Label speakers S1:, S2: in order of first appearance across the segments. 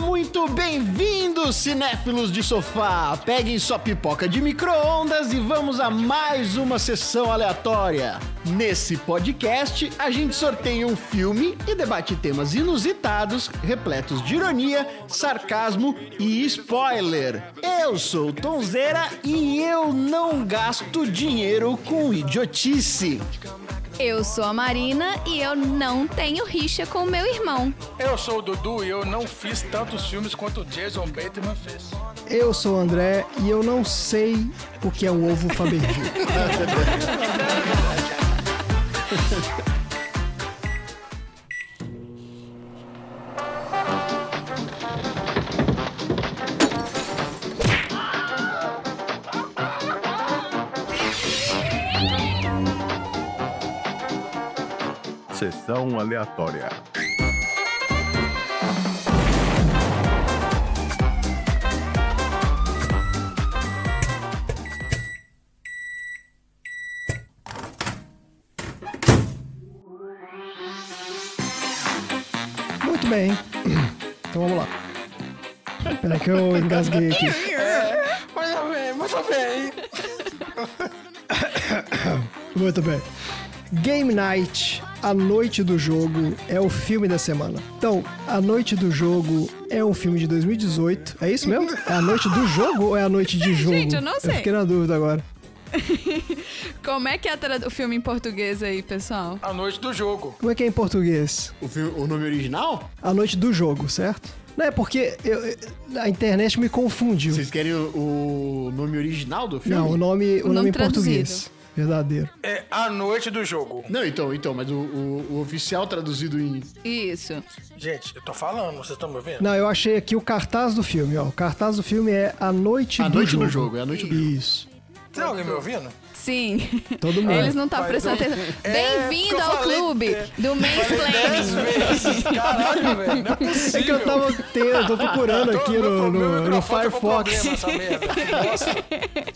S1: Muito bem-vindos, cinéfilos de sofá! Peguem sua pipoca de micro-ondas e vamos a mais uma sessão aleatória. Nesse podcast, a gente sorteia um filme e debate temas inusitados, repletos de ironia, sarcasmo e spoiler. Eu sou o Tonzeira e eu não gasto dinheiro com idiotice.
S2: Eu sou a Marina e eu não tenho rixa com o meu irmão.
S3: Eu sou o Dudu e eu não fiz tantos filmes quanto o Jason Bateman fez.
S4: Eu sou o André e eu não sei o que é um ovo Fabergé.
S5: Sessão aleatória.
S4: Muito bem. Então vamos lá. Peraí que eu engasguei aqui. Muito bem. Game Night, A Noite do Jogo, é o filme da semana. Então, A Noite do Jogo é um filme de 2018. É isso mesmo? É A Noite do Jogo ou é A Noite de Jogo?
S2: Gente, eu não sei.
S4: Eu fiquei na dúvida agora.
S2: Como é que é a trad- o filme em português aí, pessoal?
S3: A noite do jogo.
S4: Como é que é em português?
S1: O, filme, o nome original?
S4: A Noite do Jogo, certo? Não é porque eu- eu- a internet me confundiu.
S1: Vocês querem o, o nome original do filme?
S4: Não, o nome, o
S2: nome
S4: nome, em
S2: traduzido.
S4: português. Verdadeiro.
S3: É a noite do jogo.
S1: Não, então, então, mas o, o- o oficial traduzido em.
S2: Isso.
S3: Gente, eu tô falando, vocês estão me ouvindo?
S4: Não, eu achei aqui o cartaz do filme, ó. O cartaz do filme é A Noite,
S1: A
S4: do,
S1: noite
S4: jogo.
S1: do jogo, é a noite do jogo.
S4: Isso.
S3: Tem alguém me ouvindo?
S2: Sim.
S4: Todo mundo.
S2: Eles não estão prestando
S3: eu-
S2: atenção.
S3: É, porque
S2: Bem-vindo
S3: eu
S2: ao
S3: falei-
S2: clube do
S3: Dez
S2: Mansplaining.
S3: vezes. Caralho, velho. Não é
S4: É
S3: possível.
S4: que eu tava tendo, tô procurando
S3: Todo
S4: aqui
S3: meu
S4: no,
S3: problema,
S4: no-
S3: meu
S4: no
S3: microfone tá com
S4: Firefox,
S3: problema, essa merda. Nossa.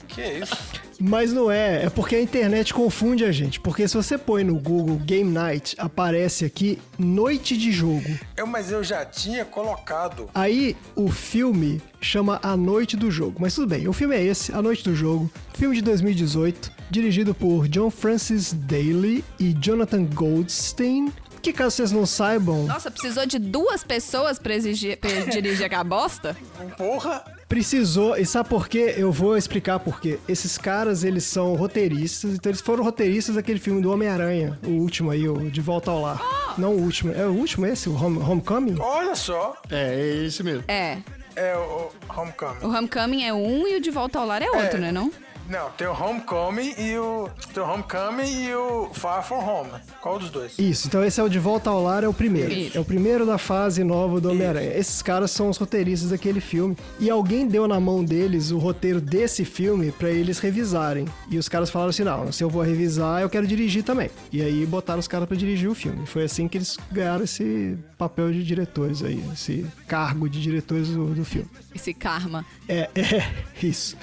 S3: Que isso?
S4: mas não é. É porque a internet confunde a gente. Porque se você põe no Google Game Night, aparece aqui Noite de Jogo.
S3: Eu, mas eu já tinha colocado.
S4: Aí o filme chama A Noite do Jogo. Mas tudo bem, o filme é esse, A Noite do Jogo, filme de 2018, dirigido por John Francis Daly e Jonathan Goldstein. Que caso vocês não saibam,
S2: Nossa, precisou de duas pessoas pra, exigir, pra dirigir aquela bosta?
S3: um Porra.
S4: Precisou, e sabe por quê? Eu vou explicar por quê. Esses caras, eles são roteiristas, então eles foram roteiristas daquele filme do Homem-Aranha, o último aí, o De Volta ao Lar. Não o último, é o último esse, o Home- Homecoming?
S3: Olha só.
S1: É, é esse mesmo.
S2: É.
S3: É o o
S2: O
S3: Homecoming.
S2: Homecoming é um e o De Volta ao Lar é outro,
S3: É.
S2: né não?
S3: Não, tem o Homecoming e o. Tem o Homecoming e o Far From Home. Qual dos dois?
S4: Isso, então esse é o De Volta ao Lar, é o primeiro.
S2: Isso.
S4: É o primeiro da fase nova do Homem-Aranha. Esses caras são os roteiristas daquele filme. E alguém deu na mão deles o roteiro desse filme pra eles revisarem. E os caras falaram assim: não, se eu vou revisar, eu quero dirigir também. E aí botaram os caras pra dirigir o filme. Foi assim que eles ganharam esse papel de diretores aí, esse cargo de diretores do- do filme.
S2: Esse karma.
S4: É, é, isso.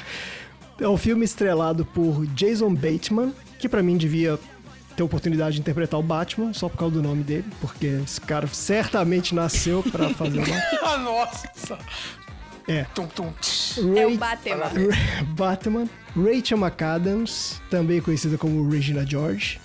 S4: É um filme estrelado por Jason Bateman, que pra mim devia ter oportunidade de interpretar o Batman, só por causa do nome dele, porque esse cara certamente nasceu pra fazer o Batman.
S3: Ah, nossa.
S4: É.
S3: Tum, tum. tch.
S2: É o
S4: Ray-
S2: Batman.
S4: Ra- Batman. Rachel McAdams, também conhecida como Regina George.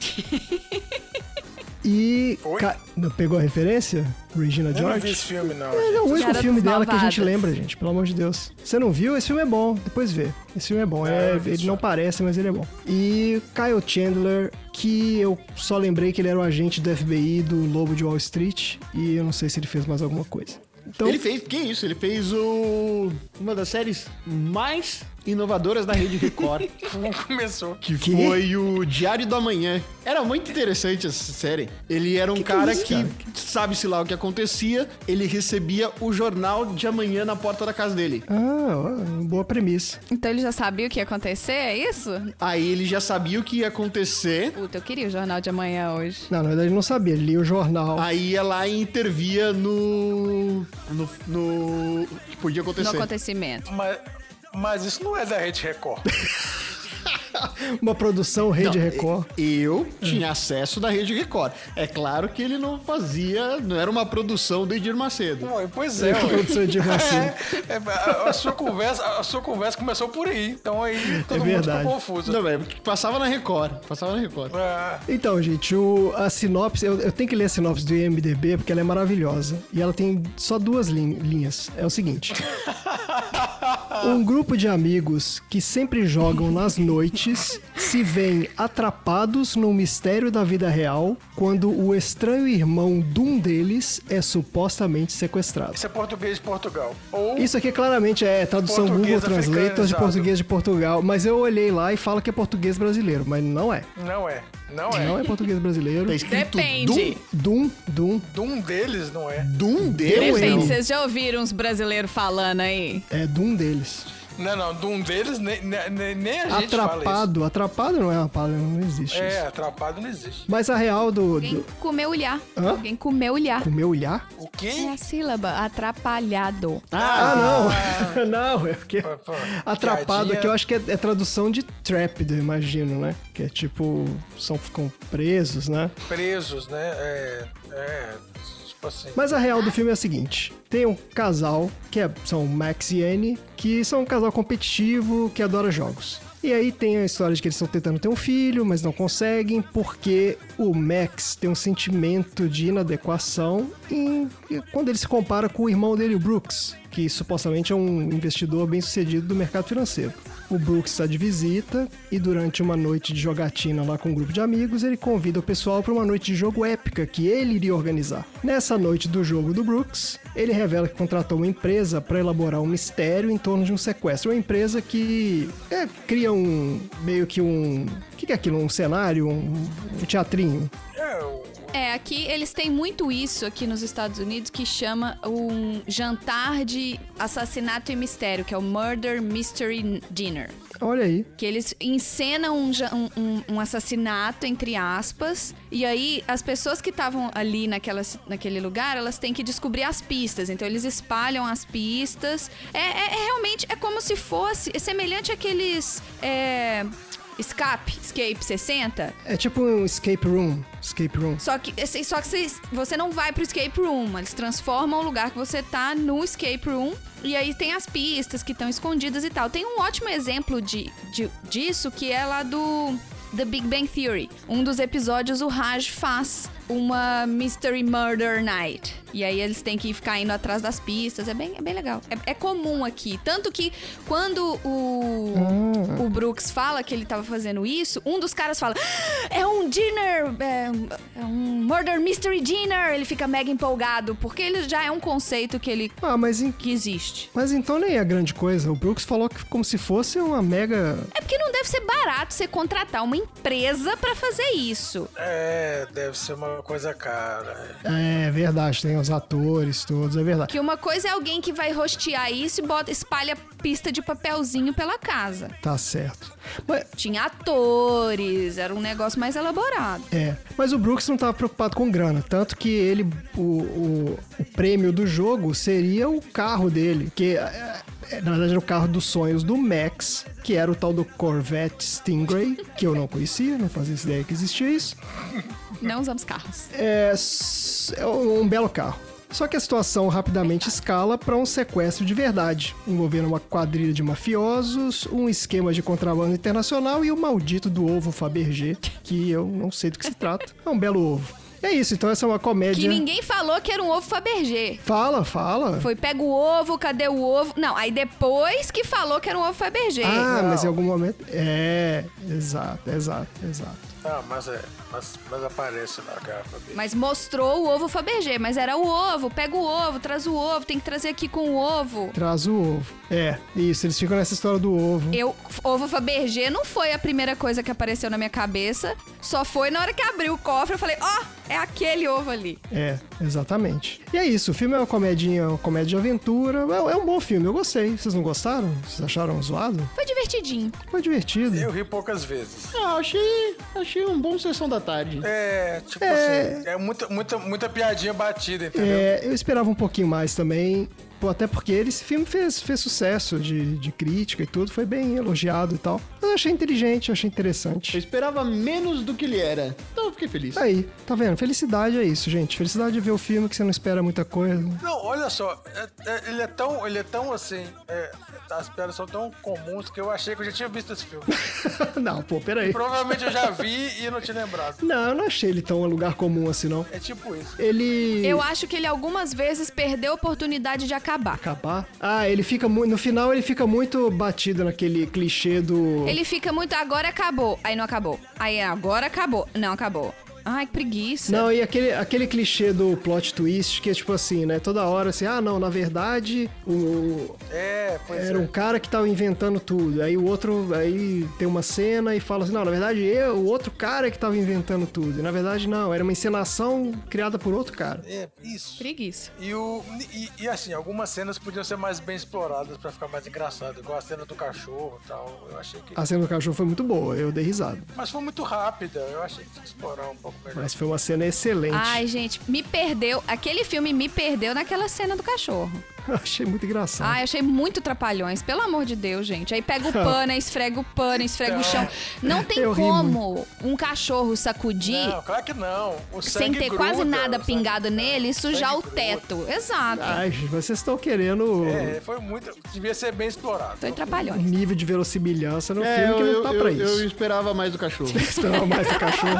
S4: E.
S3: Oi?
S4: ca- Não pegou a referência? Regina
S3: Eu não vi
S4: George?
S3: esse filme, não.
S4: Mas é o único
S2: Garotas
S4: filme dela que a gente
S2: Malvadas.
S4: lembra, gente. Pelo amor de Deus. Você não viu? Esse filme é bom. Depois vê. Esse filme é bom. É,
S3: eu vi
S4: ele
S3: só.
S4: não parece, mas ele é bom. E Kyle Chandler, que eu só lembrei que ele era o agente do FBI do Lobo de Wall Street. E eu não sei se ele fez mais alguma coisa. Então,
S1: Ele fez, que isso? Ele fez o. Uma das séries mais inovadoras da Rede Record,
S3: Começou.
S1: que foi o Diário do Amanhã. Era muito interessante essa série. Ele era um cara
S4: isso,
S1: que, sabe-se lá o que acontecia, ele recebia o jornal de amanhã na porta da casa dele.
S4: Ah, ó, boa premissa.
S2: Então ele já sabia o que ia acontecer, é isso?
S1: Aí ele já sabia o que ia acontecer,
S2: Puta, eu queria o jornal de amanhã hoje.
S4: Não, na verdade eu não sabia. Ele lia o jornal.
S1: aí ia lá e intervia no. no. no que podia
S2: No
S1: acontecer.
S2: acontecimento.
S3: Mas, mas isso não é da Rede Record.
S4: Uma produção Rede
S1: Não,
S4: Record.
S1: e- Eu tinha acesso da Rede Record. É claro que ele não fazia, não era uma produção do Edir Macedo.
S3: Ué, Pois é, ué.
S4: Produção de Macedo.
S3: É, é, a- a sua conversa, a sua conversa começou por aí. Então aí todo mundo
S4: É verdade.
S3: ficou confuso.
S1: Não, é porque passava na Record. Passava na Record.
S3: É,
S4: Então, gente, o- a sinopse, eu, eu tenho que ler a sinopse do IMDB porque ela é maravilhosa. E ela tem só duas lin- linhas. É o seguinte: Um grupo de amigos que sempre jogam nas noites se veem atrapados no mistério da vida real quando o estranho irmão de um deles é supostamente sequestrado.
S3: isso é português de Portugal. Ou
S4: Isso aqui claramente é tradução
S3: Português
S4: Google Translator de
S3: africanizado.
S4: português de Portugal, mas eu olhei lá e fala que é português brasileiro, mas não é.
S3: não é. Não é.
S4: Não é português brasileiro.
S1: Tá escrito
S2: Depende.
S4: Dum, dum.
S3: De um deles não é.
S1: Dum, Dum Deus.
S2: Depende,
S4: eu.
S2: vocês já ouviram uns brasileiros falando aí?
S4: É Dum deles.
S3: Não, não. De um deles nem, nem, nem a gente fala
S4: Atrapado. Atrapado não é uma palavra, não existe
S3: isso. É,
S4: isso.
S3: atrapado não existe.
S4: Mas a real do.
S2: Alguém
S4: do
S2: comeu olhar.
S4: Hã?
S2: Alguém comeu olhar.
S4: o meu olhar?
S3: O
S2: É
S3: quê?
S2: a sílaba, atrapalhado.
S4: Ah, não! não, é porque.
S3: Pô, pô,
S4: Atrapado
S3: piadinha.
S4: aqui, eu acho que é, é tradução de trapdo, eu imagino, né? Que é tipo. São, ficam presos, né?
S3: Presos, né? É, é, tipo assim.
S4: Mas a real do filme é a seguinte: tem um casal, que é- são Max e Annie, que são um casal competitivo que adora jogos. E aí tem a história de que eles estão tentando ter um filho, mas não conseguem, porque o Max tem um sentimento de inadequação em- quando ele se compara com o irmão dele, o Brooks, que supostamente é um investidor bem sucedido do mercado financeiro. O Brooks está de visita e durante uma noite de jogatina lá com um grupo de amigos, ele convida o pessoal para uma noite de jogo épica que ele iria organizar. Nessa noite do jogo do Brooks, ele revela que contratou uma empresa para elaborar um mistério em torno de um sequestro. Uma empresa que é, cria um meio que um o que, que é aquilo? Um cenário, um, um teatrinho.
S3: É, o-
S2: É, aqui eles têm muito isso aqui nos Estados Unidos que chama um jantar de assassinato e mistério, que é o Murder Mystery Dinner.
S4: Olha aí.
S2: Que eles encenam um, ja- um- um- um assassinato, entre aspas, e aí as pessoas que estavam ali naquela, ci- naquele lugar, elas têm que descobrir as pistas. Então eles espalham as pistas. É, é- é realmente, é como se fosse, é semelhante àqueles... é, Escape, Escape 60,
S4: É tipo um escape room, escape room.
S2: só que, assim, só que vocês- você não vai pro escape room, eles transformam o lugar que você tá no escape room. E aí tem as pistas que estão escondidas e tal. Tem um ótimo exemplo de, de- disso que é lá do The Big Bang Theory. Um dos episódios o Raj faz uma Mystery Murder Night. E aí eles têm que ficar indo atrás das pistas. É bem, é bem legal. É, é comum aqui. Tanto que quando o, o Brooks fala que ele tava fazendo isso, um dos caras fala: "Ah, É um dinner! É, um- é um murder mystery dinner! Ele fica mega empolgado, porque ele já é um conceito que ele
S4: Ah, mas em
S2: que existe.
S4: Mas então nem é grande coisa. O Brooks falou que como se fosse uma mega.
S2: É porque não deve ser barato você contratar uma empresa pra fazer isso.
S3: é, deve ser uma coisa cara.
S4: É verdade, tem os atores todos, é verdade.
S2: Que uma coisa é alguém que vai rostear isso e bota, espalha pista de papelzinho pela casa.
S4: Tá certo. Mas,
S2: Tinha atores, era um negócio mais elaborado.
S4: é, mas o Brooks não tava preocupado com grana. Tanto que ele. O, o, o prêmio do jogo seria o carro dele. Que é, é, na verdade era o carro dos sonhos do Max, que era o tal do Corvette Stingray, que eu não conhecia, não fazia ideia que existia isso.
S2: Não usamos carros.
S4: é, s- é um belo carro. Só que a situação rapidamente escala para um sequestro de verdade, envolvendo uma quadrilha de mafiosos, um esquema de contrabando internacional e o maldito do ovo Fabergé, que eu não sei do que se trata. É um belo ovo. É isso, então essa é uma comédia.
S2: Que ninguém falou que era um ovo Fabergé.
S4: Fala, fala.
S2: Foi, pega o ovo, cadê o ovo? Não, aí depois que falou que era um ovo Fabergé.
S4: Ah, mas em algum momento. É, exato, exato, exato.
S3: Ah, mas é. Mas, mas aparece na garrafa dele.
S2: Mas mostrou o ovo Fabergé, mas era o ovo, pega o ovo, traz o ovo, tem que trazer aqui com o ovo.
S4: Traz o ovo. É, isso, eles ficam nessa história do ovo.
S2: Eu, ovo Fabergé não foi a primeira coisa que apareceu na minha cabeça, só foi na hora que abriu o cofre, eu falei, ó, é aquele ovo ali.
S4: É, exatamente. E é isso, o filme é uma comedinha, uma comédia de aventura. É, é um bom filme, eu gostei. Vocês não gostaram? Vocês acharam zoado?
S2: Foi divertidinho.
S4: Foi divertido.
S3: Eu ri poucas vezes.
S1: Ah, achei, achei um bom sessão da tarde.
S3: É, tipo
S4: É.
S3: assim, é muita, muita, muita piadinha batida, entendeu?
S4: É, eu esperava um pouquinho mais também. Pô, até porque ele- esse filme fez, fez sucesso de, de crítica e tudo, foi bem elogiado e tal. Mas eu achei inteligente, eu achei
S1: Eu
S4: interessante.
S1: esperava menos do que ele era. Então eu fiquei feliz.
S4: Aí, tá vendo? Felicidade é isso, gente. Felicidade é ver o filme que você não espera muita coisa.
S3: Não, olha só, é- é- ele é tão, ele é tão assim, é, as piadas são tão comuns que eu achei que eu já tinha visto esse filme.
S4: não, pô, peraí.
S3: Provavelmente eu já vi e não tinha lembrado.
S4: Não, eu não achei ele tão lugar comum assim, não.
S3: É tipo isso.
S4: Ele.
S2: Eu acho que ele algumas vezes perdeu a oportunidade de acabar.
S4: Acabar. Ah, ele fica muito. No final ele fica muito batido naquele clichê do.
S2: Ele fica muito, agora acabou. Aí não acabou. Aí é, agora acabou. Não acabou. Ai, que preguiça.
S4: Não, e aquele, aquele clichê do plot twist que é tipo assim, né? Toda hora assim, ah, não, na verdade, o,
S3: É, pois
S4: Era um
S3: é.
S4: cara que tava inventando tudo. Aí o outro, aí tem uma cena e fala assim: não, na verdade eu, o outro cara que tava inventando tudo. E na verdade não, era uma encenação criada por outro cara.
S3: É, isso.
S2: Preguiça.
S3: E, o, e, e, assim, algumas cenas podiam ser mais bem exploradas pra ficar mais engraçado, igual a cena do cachorro e tal. Eu achei que.
S4: A cena do cachorro foi muito boa, eu dei risada.
S3: Mas foi muito rápida, eu achei que tinha que explorar um pouco melhor.
S4: Mas foi uma cena excelente.
S2: Ai, gente, me perdeu. Aquele filme me perdeu naquela cena do cachorro.
S4: Achei muito engraçado.
S2: Ai, achei muito trapalhões. Pelo amor de Deus, gente. Aí pega o pano, aí esfrega o pano, esfrega o chão. Não tem
S4: Eu ri
S2: como um cachorro sacudir
S3: Não, claro que não. O
S2: sem
S3: sangue
S2: ter
S3: gruda,
S2: quase nada
S3: o sangue-
S2: pingado nele e sujar o
S3: sangue gruda. Ah.
S2: teto. Exato.
S4: Ai, gente, vocês estão querendo
S3: É, foi muito. Devia ser bem explorado.
S2: Tô em
S4: um
S2: trapalhões.
S4: nível de verossimilhança no
S1: É,
S4: filme que não tá pra
S1: eu-
S4: isso.
S1: eu esperava mais do cachorro.
S4: Esperava mais do cachorro.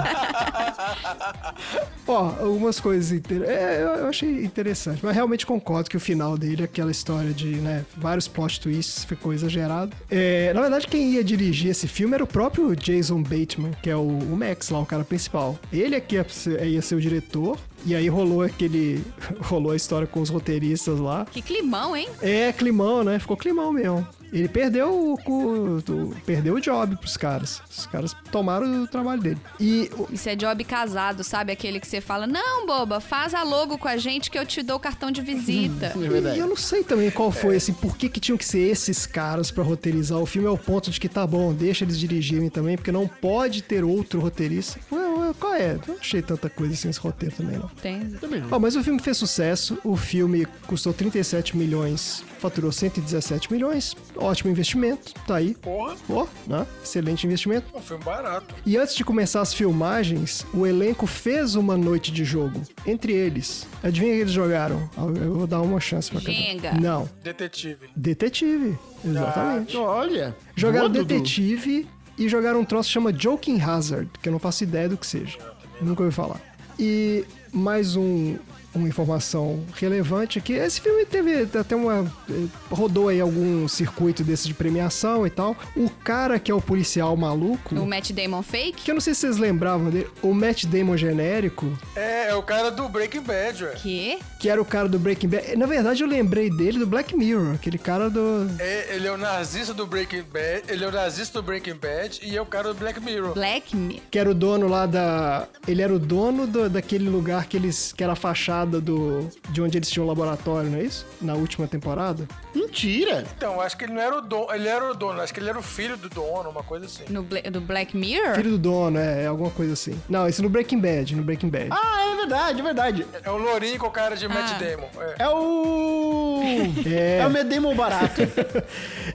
S4: Ó, algumas coisas. Inter... É, eu eu achei interessante, mas realmente concordo que o final dele, é aquela história de né, vários plot twists, ficou exagerado. É, na verdade, quem ia dirigir esse filme era o próprio Jason Bateman, que é o, o Max lá, o cara principal. Ele aqui ia ser, ia ser o diretor, e aí rolou aquele. rolou a história com os roteiristas lá.
S2: Que climão, hein?
S4: É, climão, né? Ficou climão mesmo. Ele perdeu o, cu- do- perdeu o job pros caras. Os caras tomaram o trabalho dele. E o-
S2: Isso é job casado, sabe? Aquele que você fala, não, boba, faz a logo com a gente que eu te dou o cartão de visita.
S1: É
S4: E eu
S1: verdade. É.
S4: não sei também qual foi, assim, por que, que tinham que ser esses caras pra roteirizar o filme, ao ponto de que tá bom, deixa eles dirigirem também, porque não pode ter outro roteirista. Ué, ué, qual é? Não achei tanta coisa assim esse roteiro também, não.
S2: Tem-
S1: Também não.
S4: Ó, mas o filme fez sucesso, o filme custou 37 milhões, faturou 117 milhões, ótimo investimento, tá aí.
S3: Porra,
S4: Ó, né? Excelente investimento.
S3: um filme barato.
S4: E antes de começar as filmagens, o elenco fez uma noite de jogo. Entre eles. Adivinha o que eles jogaram? Ah, Eu vou dar uma chance pra cada um.
S2: Jenga.
S4: Não.
S3: Detetive.
S4: Detetive. Exatamente.
S1: Olha.
S4: jogaram
S1: Ah, boa, Dudu.
S4: Detetive e jogaram um troço que chama Joking Hazard, que eu não faço ideia do que seja. Nunca ouvi falar. E mais um, uma informação relevante aqui. Esse filme teve até uma... eh, Rodou aí algum circuito desse de premiação e tal. O cara que é o policial maluco...
S2: O Matt Damon fake?
S4: Que eu não sei se vocês lembravam dele, o Matt Damon genérico,
S3: É, é o cara do Breaking Bad, ué.
S2: Que?
S4: que era o cara do Breaking Bad. Na verdade, eu lembrei dele do Black Mirror, aquele cara do.
S3: É, ele é o nazista do Breaking Bad, ele é o nazista do Breaking Bad e é o cara do Black Mirror.
S2: Black Me.
S4: Que era o dono lá da. Ele era o dono do- daquele lugar que eles. que era a fachada do. de onde eles tinham o laboratório, não é isso? Na última temporada.
S1: Mentira.
S3: Então, acho que ele não era o dono, ele era o dono, acho que ele era o filho do dono, uma coisa assim.
S2: No Bla- do Black Mirror?
S4: Filho do dono, é, é alguma coisa assim. Não, isso no Breaking Bad, no Breaking Bad.
S1: Ah, é verdade, é verdade.
S3: É o lourinho com o cara de Matt
S2: Ah.
S3: Damon. É.
S1: É o.
S4: É.
S1: É o Medemo barato.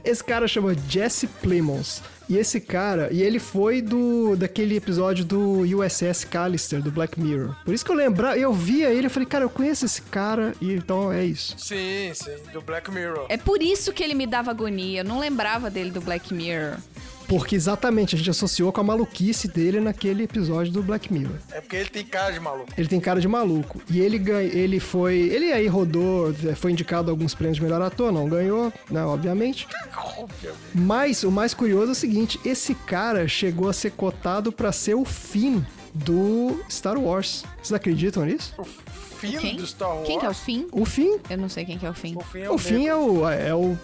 S4: Esse cara chama Jesse Plemons. E esse cara, e ele foi do daquele episódio do USS Callister do Black Mirror. Por isso que eu lembra, eu via ele, eu falei, cara, eu conheço esse cara e então é isso.
S3: Sim, sim, do Black Mirror.
S2: É por isso que ele me dava agonia. Eu não lembrava dele do Black Mirror.
S4: Porque exatamente a gente associou com a maluquice dele naquele episódio do Black Mirror.
S3: É porque ele tem cara de maluco.
S4: Ele tem cara de maluco. E ele ganha, ele foi, ele aí rodou, foi indicado a alguns prêmios de melhor ator, não ganhou, né, obviamente.
S3: Obviamente.
S4: Mas o mais curioso é o seguinte: esse cara chegou a ser cotado pra ser o fim do Star Wars. Vocês acreditam nisso?
S3: O filho
S2: Quem?
S3: do Star Wars.
S2: Quem que é o fim?
S4: O fim.
S2: Eu não sei quem que é o fim.
S3: O fim é o,
S4: O fim
S3: negro.
S4: é, o, é o,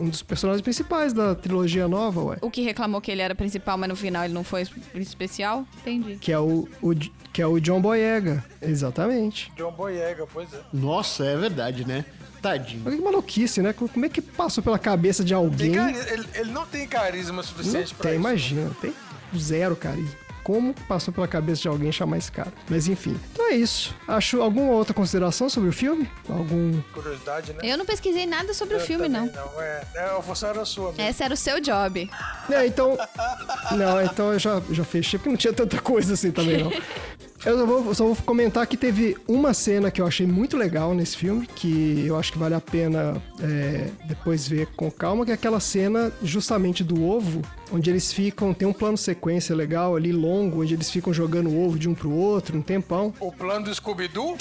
S4: um dos personagens principais da trilogia nova, ué.
S2: O que reclamou que ele era principal, mas no final ele não foi especial? Entendi.
S4: Que é o, o- que é o John Boyega. Exatamente.
S3: John Boyega, um pois é.
S1: Nossa, é verdade, né? Tadinho.
S4: Olha que maluquice, né? Como é que passou pela cabeça de alguém?
S3: Tem cari- ele, ele não tem carisma
S4: Não
S3: suficiente pra
S4: tem,
S3: isso. né?
S4: imagina. Tem zero carisma. Como passou pela cabeça de alguém chamar esse cara? Mas enfim. Então é isso. Acho alguma outra consideração sobre o filme? Algum.
S3: Curiosidade, né?
S2: Eu não pesquisei nada sobre o filme, não.
S3: também não. É, é, a função era sua mesmo.
S2: Essa era o seu job.
S4: É, então. Não, então eu já, já fechei, porque não tinha tanta coisa assim também, não. Eu só vou, só vou comentar que teve uma cena que eu achei muito legal nesse filme, que eu acho que vale a pena é, depois ver com calma, que é aquela cena justamente do ovo, onde eles ficam, tem um plano sequência legal ali, longo, onde eles ficam jogando o ovo de um pro outro, um tempão.
S3: O plano do Scooby-Doo?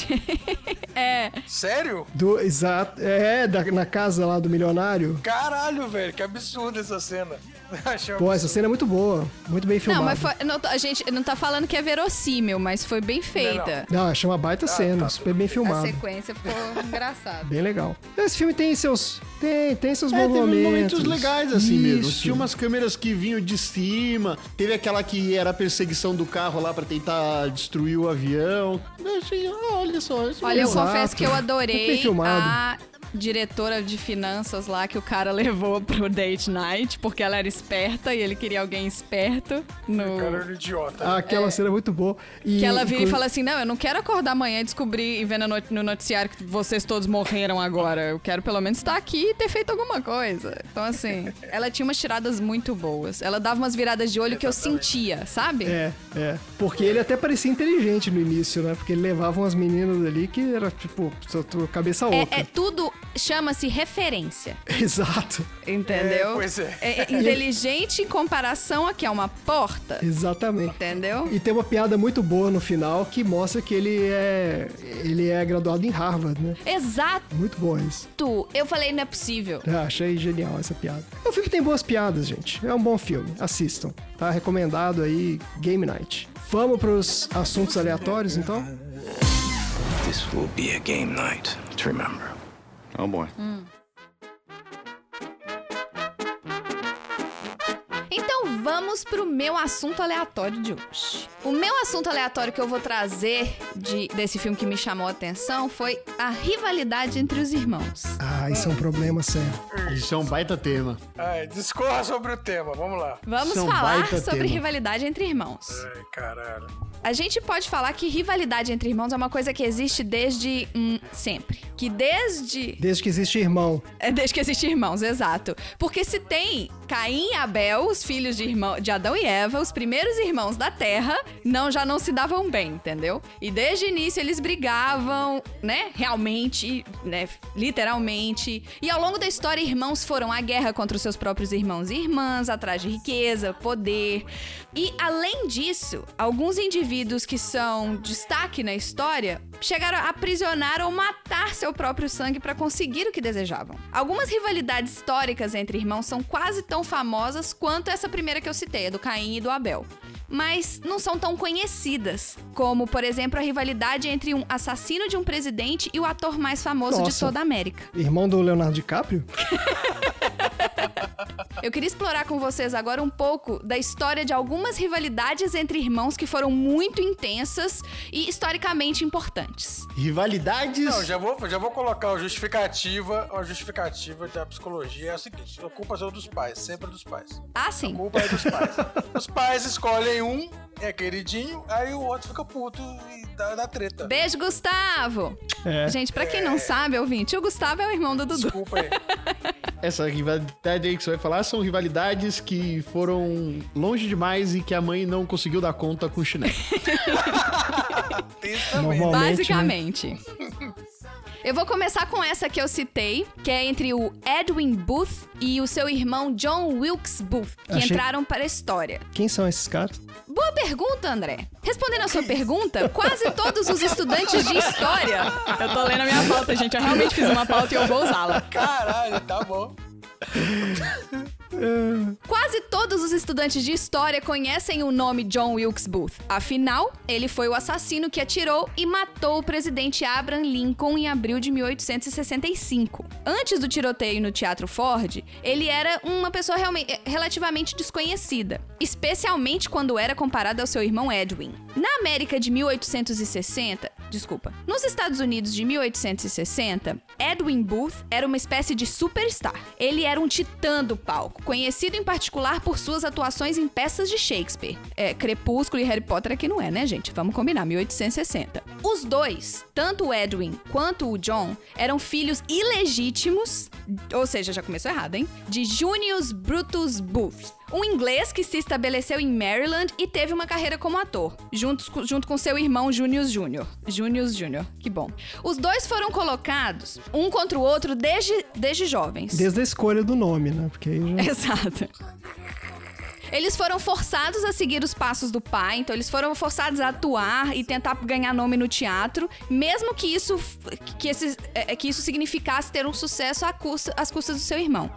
S3: é. Sério?
S4: Do, exato, é, da- na casa lá do milionário.
S3: Caralho, velho, que absurdo essa cena. Achei um
S4: Pô,
S3: absurdo.
S4: essa cena é muito boa, muito bem filmada.
S2: Não, mas foi, não, tô- a gente não tá falando que é verossímil, mas foi bem feita.
S4: Não, achei uma Ah, baita cena, super bem
S2: A
S4: filmada.
S2: sequência ficou engraçada.
S4: Bem legal. Esse filme tem seus. Tem, tem seus
S1: É,
S4: bons
S1: teve
S4: momentos.
S1: momentos legais assim mesmo.
S4: Isso.
S1: Tinha umas câmeras que vinham de cima, teve aquela que era a perseguição do carro lá pra tentar destruir o avião. Achei, olha só, isso
S2: Olha, eu
S4: Exato.
S2: confesso que eu
S4: Muito bem
S2: adorei
S4: filmado.
S2: a diretora de finanças lá que o cara levou pro date night, porque ela era esperta e ele queria alguém esperto no...
S3: Cara, era um idiota.
S4: Aquela cena é muito boa. E,
S2: Que ela vira e
S4: inclu-
S2: fala assim: Não, eu não quero acordar amanhã e descobrir e ver no not- no noticiário que vocês todos morreram agora. Eu quero pelo menos estar aqui e ter feito alguma coisa. Então, assim, ela tinha umas tiradas muito boas. Ela dava umas viradas de olho que eu sentia, sabe?
S4: É, é. Porque ele até parecia inteligente no início, né? Porque ele levava umas meninas ali que era tipo, só tua cabeça
S2: É-
S4: oca.
S2: é tudo chama-se referência,
S4: Exato.
S2: entendeu?
S3: É, pois é.
S2: é inteligente em comparação a que é uma porta,
S4: Exatamente.
S2: entendeu?
S4: E tem uma piada muito boa no final que mostra que ele é. Ele é graduado em Harvard, né?
S2: Exato!
S4: Muito bom isso.
S2: Eu falei, não é possível.
S4: Ah, achei genial essa piada. O filme tem boas piadas, gente. É um bom filme. Assistam. Tá recomendado aí Game Night. Vamos pros assuntos aleatórios, então?
S6: This will be a game night to remember.
S5: Oh boy.
S2: Então vamos pro meu assunto aleatório de hoje. O meu assunto aleatório que eu vou trazer de- desse filme que me chamou a atenção foi a rivalidade entre os irmãos.
S4: Ah, isso é um problema sério.
S1: Isso é um baita tema.
S3: Ai, discorra sobre o tema, vamos lá.
S2: Vamos
S1: Isso é um
S2: falar
S1: baita
S2: sobre
S1: tema.
S2: rivalidade entre irmãos.
S3: Ai, caralho.
S2: A gente pode falar que rivalidade entre irmãos é uma coisa que existe desde hum, sempre. Que desde
S4: Desde que existe irmão.
S2: É, Desde que existem irmãos, exato. Porque se tem Caim e Abel, os filhos de, irmão, de Adão e Eva, os primeiros irmãos da Terra, não já não se davam bem, entendeu? E desde o início eles brigavam, né? Realmente, né? Literalmente. E ao longo da história, irmãos foram à guerra contra os seus próprios irmãos e irmãs, atrás de riqueza, poder. E além disso, alguns indivíduos que são destaque na história chegaram a aprisionar ou matar seu próprio sangue para conseguir o que desejavam. Algumas rivalidades históricas entre irmãos são quase tão famosas quanto essa primeira que eu citei, a do Caim e do Abel. Mas não são tão conhecidas, como, por exemplo, a rivalidade entre um assassino de um presidente e o ator mais famoso de
S4: Nossa.
S2: toda a América.
S4: Irmão do Leonardo DiCaprio?
S2: Eu queria explorar com vocês agora um pouco da história de algumas rivalidades entre irmãos que foram muito intensas e historicamente importantes.
S1: Rivalidades.
S3: Não, já vou, já vou colocar uma justificativa. Uma justificativa da psicologia é o seguinte: a culpa é dos pais, sempre dos pais.
S2: Ah, sim.
S3: A culpa é dos pais. Os pais escolhem um, é queridinho, aí o outro fica puto e dá, dá treta.
S2: Beijo, Gustavo! Gente, pra quem não sabe, ouvinte, o Gustavo é o irmão do Dudu.
S3: Desculpa aí.
S1: Essa rivalidade aí que você vai falar são rivalidades que foram longe demais e que a mãe não conseguiu dar conta com o chinelo.
S3: Tem isso também.
S4: Normal. Normalmente,
S2: Basicamente. Eu vou começar com essa que eu citei, que é entre o Edwin Booth e o seu irmão John Wilkes Booth, que
S4: Achei-
S2: entraram para a história.
S4: Quem são esses caras?
S2: Boa pergunta, André. Respondendo a sua pergunta, quase todos os estudantes de história. Eu tô lendo a minha pauta, gente. Eu realmente fiz uma pauta e eu vou usá-la.
S3: Caralho, tá bom.
S2: Quase todos os estudantes de história conhecem o nome John Wilkes Booth. Afinal, ele foi o assassino que atirou e matou o presidente Abraham Lincoln em abril de 1865. Antes do tiroteio no Teatro Ford, ele era uma pessoa realme- eh, relativamente desconhecida, especialmente quando era comparado ao seu irmão Edwin. Na América de 1860, desculpa. Nos Estados Unidos de 1860, Edwin Booth era uma espécie de superstar. Ele era um titã do palco, conhecido em particular por suas atuações em peças de Shakespeare. É, Crepúsculo e Harry Potter aqui não é, né, gente? Vamos combinar, 1860. Os dois, tanto o Edwin quanto o John, eram filhos ilegítimos, ou seja, já começou errado, hein? De Junius Brutus Booth. Um inglês que se estabeleceu em Maryland e teve uma carreira como ator, juntos co- junto com seu irmão Junius Jr. Junius Jr., que bom. Os dois foram colocados um contra o outro desde, desde jovens.
S4: Desde a escolha do nome, né? Porque aí já...
S2: Exato. Eles foram forçados a seguir os passos do pai, então eles foram forçados a atuar e tentar ganhar nome no teatro, mesmo que isso que, esses- é, que isso significasse ter um sucesso à custa- às custas do seu irmão.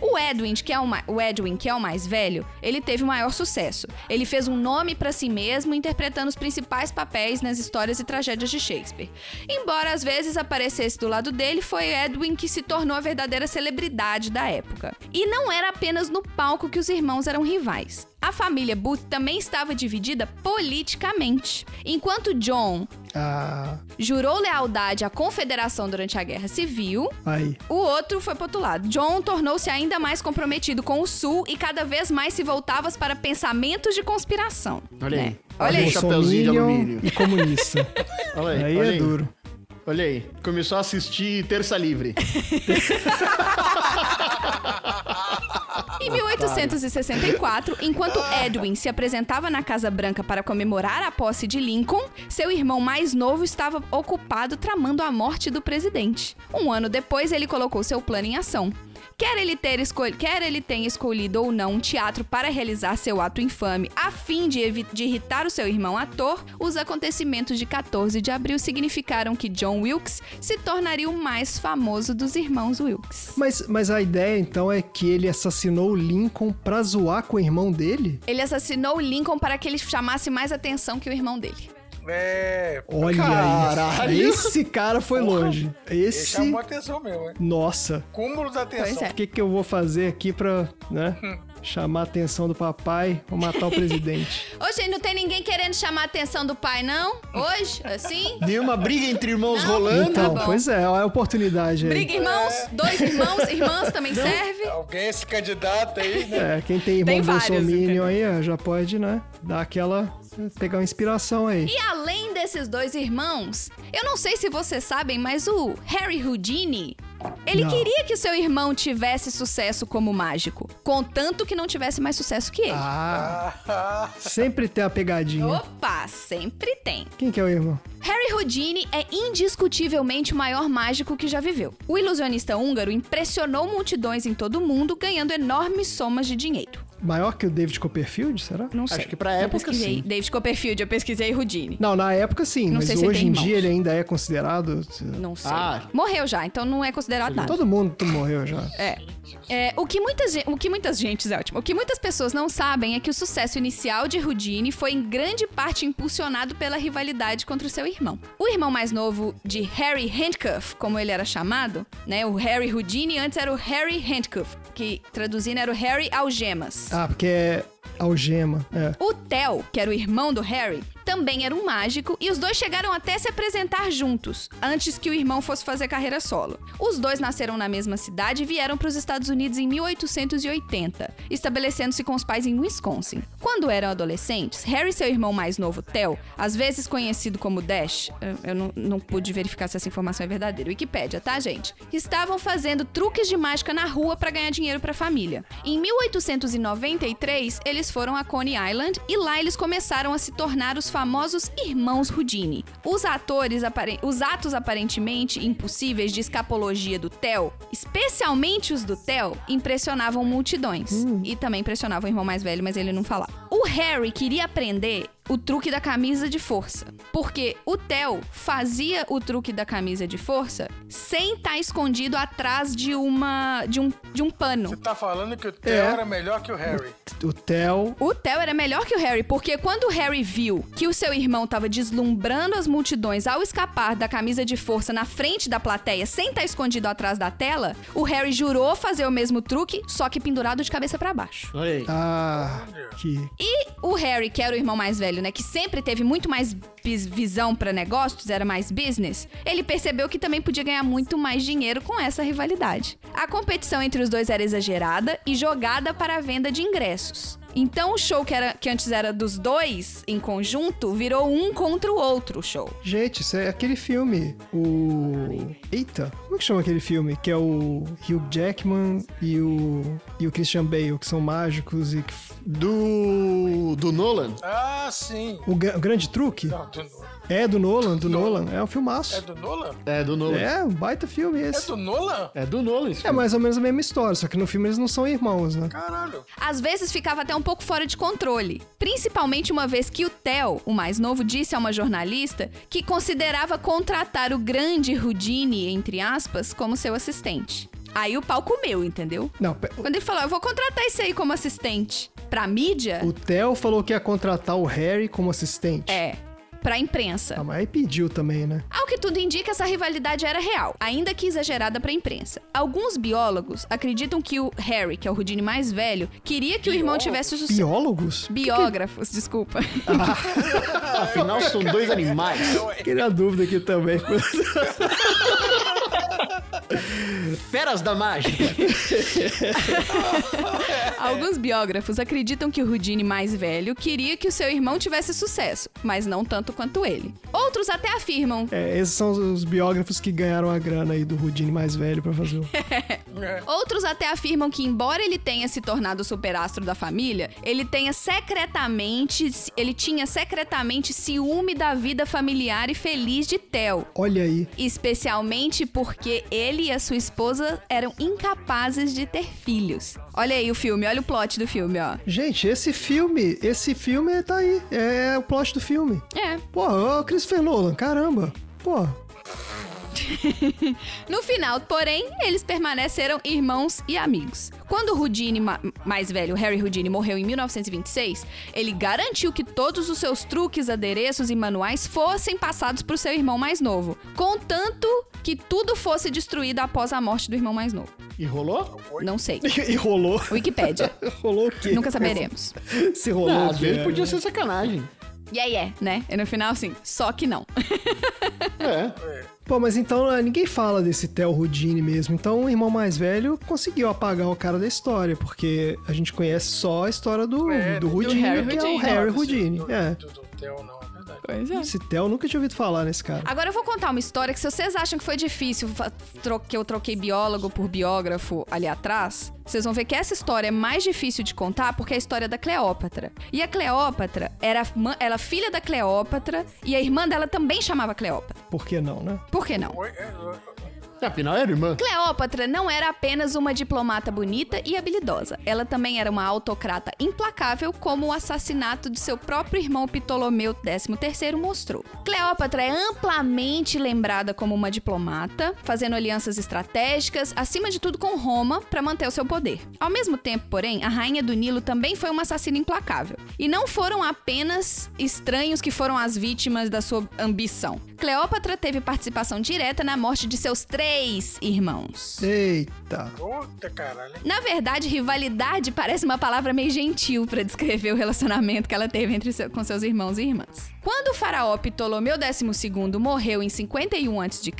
S2: O Edwin, que é o, ma- o Edwin, que é o mais velho, ele teve o maior sucesso. Ele fez um nome pra si mesmo interpretando os principais papéis nas histórias e tragédias de Shakespeare. Embora às vezes aparecesse do lado dele, foi Edwin que se tornou a verdadeira celebridade da época. E não era apenas no palco que os irmãos eram rivais. A família Booth também estava dividida politicamente. Enquanto John
S4: Ah,
S2: jurou lealdade à Confederação durante a Guerra Civil,
S4: aí.
S2: o outro foi pro outro lado. John tornou-se ainda mais comprometido com o Sul e cada vez mais se voltava para pensamentos de conspiração.
S1: Olha aí.
S2: né? Olha aí.
S1: o chapeuzinho de
S4: Bolsominion
S1: alumínio.
S4: E comunista.
S1: Olha aí,
S4: aí
S1: olha
S4: é
S1: aí.
S4: duro.
S1: Olha aí, começou a assistir Terça Livre.
S2: Em 1864, enquanto Edwin se apresentava na Casa Branca para comemorar a posse de Lincoln, seu irmão mais novo estava ocupado tramando a morte do presidente. Um ano depois, ele colocou seu plano em ação. Quer ele, ter escol- Quer ele tenha escolhido ou não um teatro para realizar seu ato infame a fim de, evi- de irritar o seu irmão ator, os acontecimentos de 14 de abril significaram que John Wilkes se tornaria o mais famoso dos irmãos Wilkes.
S4: Mas, mas a ideia, então, é que ele assassinou o Lincoln pra zoar com o irmão dele?
S2: Ele assassinou o Lincoln para que ele chamasse mais atenção que o irmão dele.
S3: É.
S4: Olha
S1: Caralho!
S4: aí. Esse cara foi longe.
S3: Ele
S4: Esse...
S3: chamou atenção mesmo, hein?
S4: Nossa.
S3: Cúmulo da atenção.
S2: Pois é.
S4: O que, que eu vou fazer aqui pra, né? Chamar a atenção do papai ou matar o presidente?
S2: Hoje não tem ninguém querendo chamar a atenção do pai, não? Hoje? Assim?
S1: Nenhuma briga entre irmãos
S2: Não.
S1: rolando.
S4: então,
S2: bom.
S4: pois é, olha a oportunidade aí.
S2: Briga, irmãos?
S4: É.
S2: Dois irmãos? Irmãs também serve?
S3: Alguém é esse candidato aí, né?
S4: É, quem tem irmão
S2: Tem vários,
S4: Bolsominion aí, ó, já pode, né? Dar aquela. pegar uma inspiração aí.
S2: E além desses dois irmãos, eu não sei se vocês sabem, mas o Harry Houdini, ele
S4: Não.
S2: queria que seu irmão tivesse sucesso como mágico, contanto que não tivesse mais sucesso que ele.
S4: Ah! Sempre tem a pegadinha.
S2: Opa, sempre tem.
S4: Quem que é o irmão?
S2: Harry Houdini é indiscutivelmente o maior mágico que já viveu. O ilusionista húngaro impressionou multidões em todo o mundo, ganhando enormes somas de dinheiro.
S4: Maior que o David Copperfield, será?
S2: Não sei.
S1: Acho que pra
S2: Eu
S1: época,
S2: pesquisei
S1: sim.
S2: David Copperfield, eu pesquisei Houdini.
S4: Não, na época sim,
S2: Não
S4: mas
S2: sei se ele
S4: hoje
S2: tem
S4: em
S2: irmãos.
S4: dia ele ainda é considerado.
S2: Não sei.
S1: Ah.
S2: Morreu já, então não é considerado nada.
S4: Todo mundo morreu já.
S2: É. É, o, que muitas, gen- o que muitas gentes, é ótimo. O que muitas pessoas não sabem é que o sucesso inicial de Houdini foi em grande parte impulsionado pela rivalidade contra o seu irmão. O irmão mais novo de Harry Handcuff, como ele era chamado, né? O Harry Houdini antes era o Harry Handcuff, que traduzindo era o Harry Algemas.
S4: Ah, porque é algema. É.
S2: O Theo, que era o irmão do Harry, também era um mágico e os dois chegaram até se apresentar juntos, antes que o irmão fosse fazer carreira solo. Os dois nasceram na mesma cidade e vieram para os Estados Unidos em 1880, estabelecendo-se com os pais em Wisconsin. Quando eram adolescentes, Harry e seu irmão mais novo, Theo, às vezes conhecido como Dash, eu- eu não, não pude verificar se essa informação é verdadeira, Wikipédia, tá, gente? Estavam fazendo truques de mágica na rua para ganhar dinheiro para a família. Em 1893, eles foram a Coney Island e lá eles começaram a se tornar os famosos irmãos Houdini. Os atores, apare- os atos aparentemente impossíveis de escapologia do Theo, especialmente os do Theo, impressionavam multidões e também impressionavam o irmão mais velho, mas ele não falava. O Harry queria aprender o truque da camisa de força, porque o Theo fazia o truque da camisa de força sem estar escondido atrás de uma de um de um pano.
S3: Você tá falando que o Theo
S4: É.
S3: era melhor que o Harry.
S4: O Theo.
S2: O Theo era melhor que o Harry, porque quando o Harry viu que o seu irmão tava deslumbrando as multidões ao escapar da camisa de força na frente da plateia sem estar escondido atrás da tela, o Harry jurou fazer o mesmo truque, só que pendurado de cabeça para baixo.
S1: Olha aí.
S4: Ah, que.
S2: E o Harry, que era o irmão mais velho filho, né, que sempre teve muito mais bis- visão pra negócios, era mais business, ele percebeu que também podia ganhar muito mais dinheiro com essa rivalidade. A competição entre os dois era exagerada e jogada para a venda de ingressos. Então o show que, era, que antes era dos dois em conjunto virou um contra o outro o show.
S4: Gente, isso é aquele filme. O. Eita! Como é que chama aquele filme? Que é o Hugh Jackman e o. e o Christian Bale, que são mágicos e. que f-
S1: Do. do Nolan?
S3: Ah, sim.
S4: O, gra- o Grande Truque?
S3: Não, do-
S4: É do Nolan, do Nolan. É um filmaço.
S3: é do Nolan?
S1: É, do Nolan. É,
S4: É, um baita filme
S3: É
S4: esse.
S3: do Nolan?
S1: do Nolan esse
S4: É mais ou menos a mesma história, só que no filme eles não são irmãos, né?
S3: Caralho.
S2: Às vezes ficava até um pouco fora de controle, principalmente uma vez que o Theo, o mais novo, disse a uma jornalista que considerava contratar o grande Houdini, entre aspas, como seu assistente. Aí o pau comeu, entendeu?
S4: Não, pe-
S2: Quando ele falou, eu vou contratar esse aí como assistente pra mídia,
S4: o Theo falou que ia contratar o Harry como assistente.
S2: é, pra imprensa.
S4: Ah, mas aí pediu também, né?
S2: Ao que tudo indica, essa rivalidade era real, ainda que exagerada pra imprensa. Alguns biólogos acreditam que o Harry, que é o Houdini mais velho, queria que o irmão tivesse sucesso.
S4: Biólogos?
S2: Biógrafos, desculpa.
S1: Afinal, são dois animais.
S4: Fiquei na dúvida aqui também.
S1: Feras da mágica.
S2: Alguns biógrafos acreditam que o Houdini mais velho queria que o seu irmão tivesse sucesso, mas não tanto quanto ele. Outros até afirmam.
S4: É, esses são os- os biógrafos que ganharam a grana aí do Rudine mais velho pra fazer o...
S3: É.
S2: Outros até afirmam que, embora ele tenha se tornado o superastro da família, ele tenha secretamente. Ele tinha secretamente ciúme da vida familiar e feliz de Theo.
S4: Olha aí.
S2: Especialmente porque ele e a sua esposa eram incapazes de ter filhos. Olha aí o filme, olha o plot do filme, ó.
S4: Gente, esse filme, esse filme tá aí. É o plot do filme.
S2: É,
S4: Porra, ó, o Christopher Nolan, caramba. Pô,
S2: No final, porém, eles permaneceram irmãos e amigos. Quando o Houdini ma- mais velho, Harry Houdini, morreu em 1926, ele garantiu que todos os seus truques, adereços e manuais fossem passados para o seu irmão mais novo, contanto que tudo fosse destruído após a morte do irmão mais novo.
S1: E rolou?
S2: Não sei.
S4: e rolou.
S2: Wikipédia.
S4: Rolou o quê?
S2: Nunca saberemos.
S4: Se rolou
S1: Ah,
S4: o
S1: às
S4: quê,
S1: vezes
S4: né?
S1: podia ser sacanagem.
S2: E aí é, né? E no final, assim, só que não.
S1: É.
S4: Pô, mas então ah, ninguém fala desse Theo Rudini mesmo. Então o irmão mais velho conseguiu apagar o cara da história, porque a gente conhece só a história do, do Rudini,
S2: Harry
S4: que é o
S2: Houdini.
S3: Não,
S4: Harry
S3: desse-
S4: Rudini.
S3: do-
S4: É.
S3: Do, do Theo, não, é verdade.
S2: Pois é.
S4: Esse Theo nunca tinha ouvido falar nesse cara.
S2: Agora eu vou contar uma história que se vocês acham que foi difícil fa- tro- que eu troquei biólogo por biógrafo ali atrás, vocês vão ver que essa história é mais difícil de contar porque é a história da Cleópatra. E a Cleópatra era, ma- ela é filha da Cleópatra e a irmã dela também chamava Cleópatra.
S4: Por que não, né?
S2: Por que não?
S3: Oi, é,
S1: Afinal, era irmã.
S2: Cleópatra não era apenas uma diplomata bonita e habilidosa. Ela também era uma autocrata implacável, como o assassinato de seu próprio irmão Ptolomeu XIII mostrou. Cleópatra é amplamente lembrada como uma diplomata, fazendo alianças estratégicas, acima de tudo com Roma, para manter o seu poder. Ao mesmo tempo, porém, a rainha do Nilo também foi uma assassina implacável. E não foram apenas estranhos que foram as vítimas da sua ambição. Cleópatra teve participação direta na morte de seus três irmãos.
S4: Eita.
S3: puta caralho. hein?
S2: Na verdade, rivalidade parece uma palavra meio gentil para descrever o relacionamento que ela teve entre seu- com seus irmãos e irmãs. Quando o faraó Ptolomeu II morreu em 51 a.C.,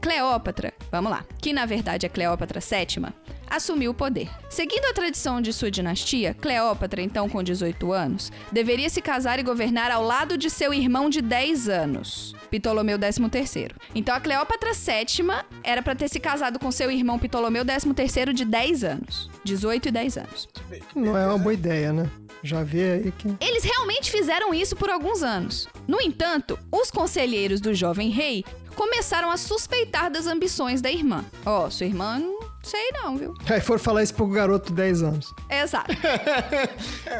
S2: Cleópatra, vamos lá, que na verdade é Cleópatra VII, assumiu o poder. Seguindo a tradição de sua dinastia, Cleópatra, então com 18 anos, deveria se casar e governar ao lado de seu irmão de 10 anos, Ptolomeu XIII. Então a Cleópatra VII era para ter se casado com seu irmão Ptolomeu XIII de 10 anos, 18 e 10 anos.
S4: Não é uma boa ideia, né? Já vê aí que.
S2: Eles realmente fizeram isso por alguns anos. No entanto, os conselheiros do jovem rei começaram a suspeitar das ambições da irmã. Ó, sua irmã, não sei não, viu?
S4: Aí foram falar isso pro garoto de 10 anos.
S2: Exato.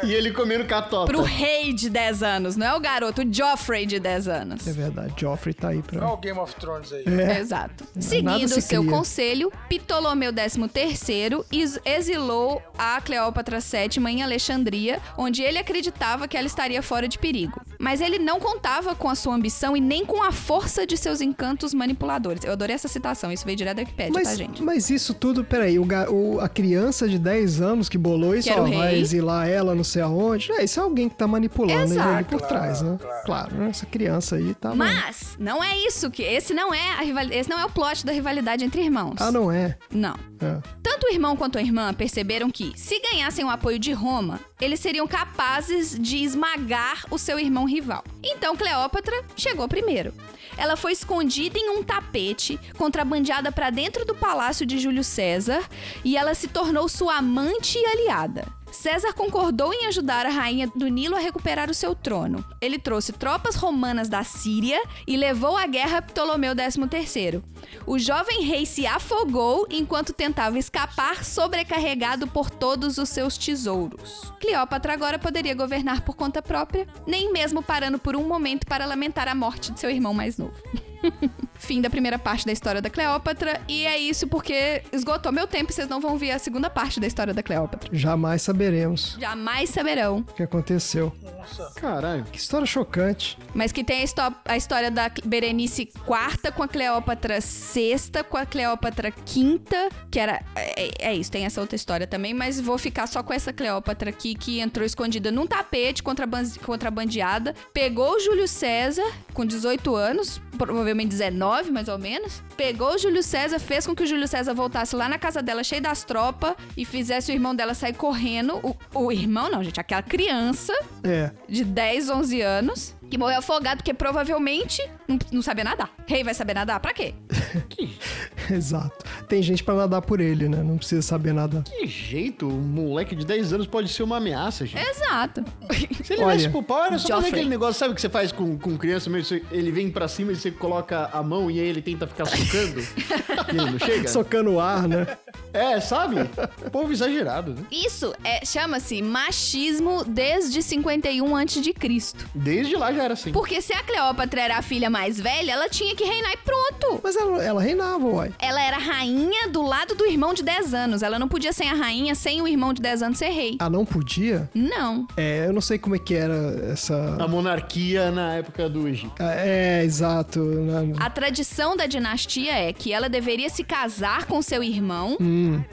S1: E ele comendo catota.
S2: Pro rei de 10 anos, não é o garoto, o Joffrey de 10 anos.
S4: É verdade, Joffrey tá aí pra.
S3: Olha o Game of Thrones aí.
S4: É.
S2: Exato.
S4: nada
S2: Seguindo
S4: se
S2: seu
S4: cria.
S2: conselho, Ptolomeu XIII is- exilou a Cleópatra VII em Alexandria, onde ele acreditava que ela estaria fora de perigo. Mas ele não contava com a sua ambição e nem com a força de seus encantos manipuladores. Eu adorei essa citação, isso veio direto da Wikipédia, tá,
S4: Mas,
S2: gente?
S4: mas isso tudo, peraí, o, ga- o- a criança de 10 anos que bolou isso,
S2: Quero
S4: ó,
S2: rei.
S4: vai exilar ela não sei aonde. É, isso é alguém que tá manipulando
S2: Exato.
S4: ele por trás, né? Claro, né? essa criança aí tá.
S2: Mas não é isso que esse não é a rival, esse não é o plot da rivalidade entre irmãos.
S4: Ah, não é.
S2: Não.
S4: É.
S2: Tanto o irmão quanto a irmã perceberam que, se ganhassem o apoio de Roma, eles seriam capazes de esmagar o seu irmão rival. Então Cleópatra chegou primeiro. Ela foi escondida em um tapete, contrabandeada para dentro do palácio de Júlio César, e ela se tornou sua amante e aliada. César concordou em ajudar a rainha do Nilo a recuperar o seu trono. Ele trouxe tropas romanas da Síria e levou à guerra Ptolomeu XIII. O jovem rei se afogou enquanto tentava escapar, sobrecarregado por todos os seus tesouros. Cleópatra agora poderia governar por conta própria, nem mesmo parando por um momento para lamentar a morte de seu irmão mais novo. Fim da primeira parte da história da Cleópatra, e é isso porque esgotou meu tempo e vocês não vão ver a segunda parte da história da Cleópatra.
S4: Jamais saberemos
S2: Jamais saberão.
S4: o que aconteceu.
S1: Caralho.
S4: Que história chocante.
S2: Mas que tem a, histó- a história da Berenice IV com a Cleópatra VI, com a Cleópatra V, que era. É, é isso, tem essa outra história também, mas vou ficar só com essa Cleópatra aqui, que entrou escondida num tapete, contraban- contrabandeada, pegou o Júlio César, com 18 anos, provavelmente 19 mais ou menos, pegou o Júlio César, fez com que o Júlio César voltasse lá na casa dela, cheio das tropas, e fizesse o irmão dela sair correndo. O, o irmão, não, gente, aquela criança
S4: É.
S2: de 10, 11 anos, que morreu afogado porque provavelmente não, não sabia nadar. Rei vai saber nadar? Pra quê?
S4: Exato. Tem gente pra nadar por ele, né? Não precisa saber nadar.
S1: Que jeito, um moleque de 10 anos pode ser uma ameaça, gente.
S2: Exato.
S1: Se ele
S4: Olha,
S1: viesse pro pau, era só fazer
S2: Joffrey.
S1: aquele negócio, sabe o que você faz com, com criança mesmo? Você- ele vem pra cima e você coloca a mão e aí ele tenta ficar socando. e ele não chega?
S4: Socando o ar, né?
S1: É, sabe? Povo exagerado, né?
S2: Isso é, chama-se machismo desde 51 a.C.
S1: Desde lá já era assim.
S2: Porque se a Cleópatra era a filha mais velha, ela tinha que reinar e pronto.
S4: Mas ela, ela reinava, uai.
S2: Ela era rainha do lado do irmão de 10 anos. Ela não podia ser a rainha sem o irmão de 10 anos ser rei.
S4: Ah, não podia?
S2: Não.
S4: É, eu não sei como é que era essa.
S1: A monarquia na época do Egito.
S4: Ah, É, exato. né? Na-
S2: A tradição da dinastia é que ela deveria se casar com seu irmão,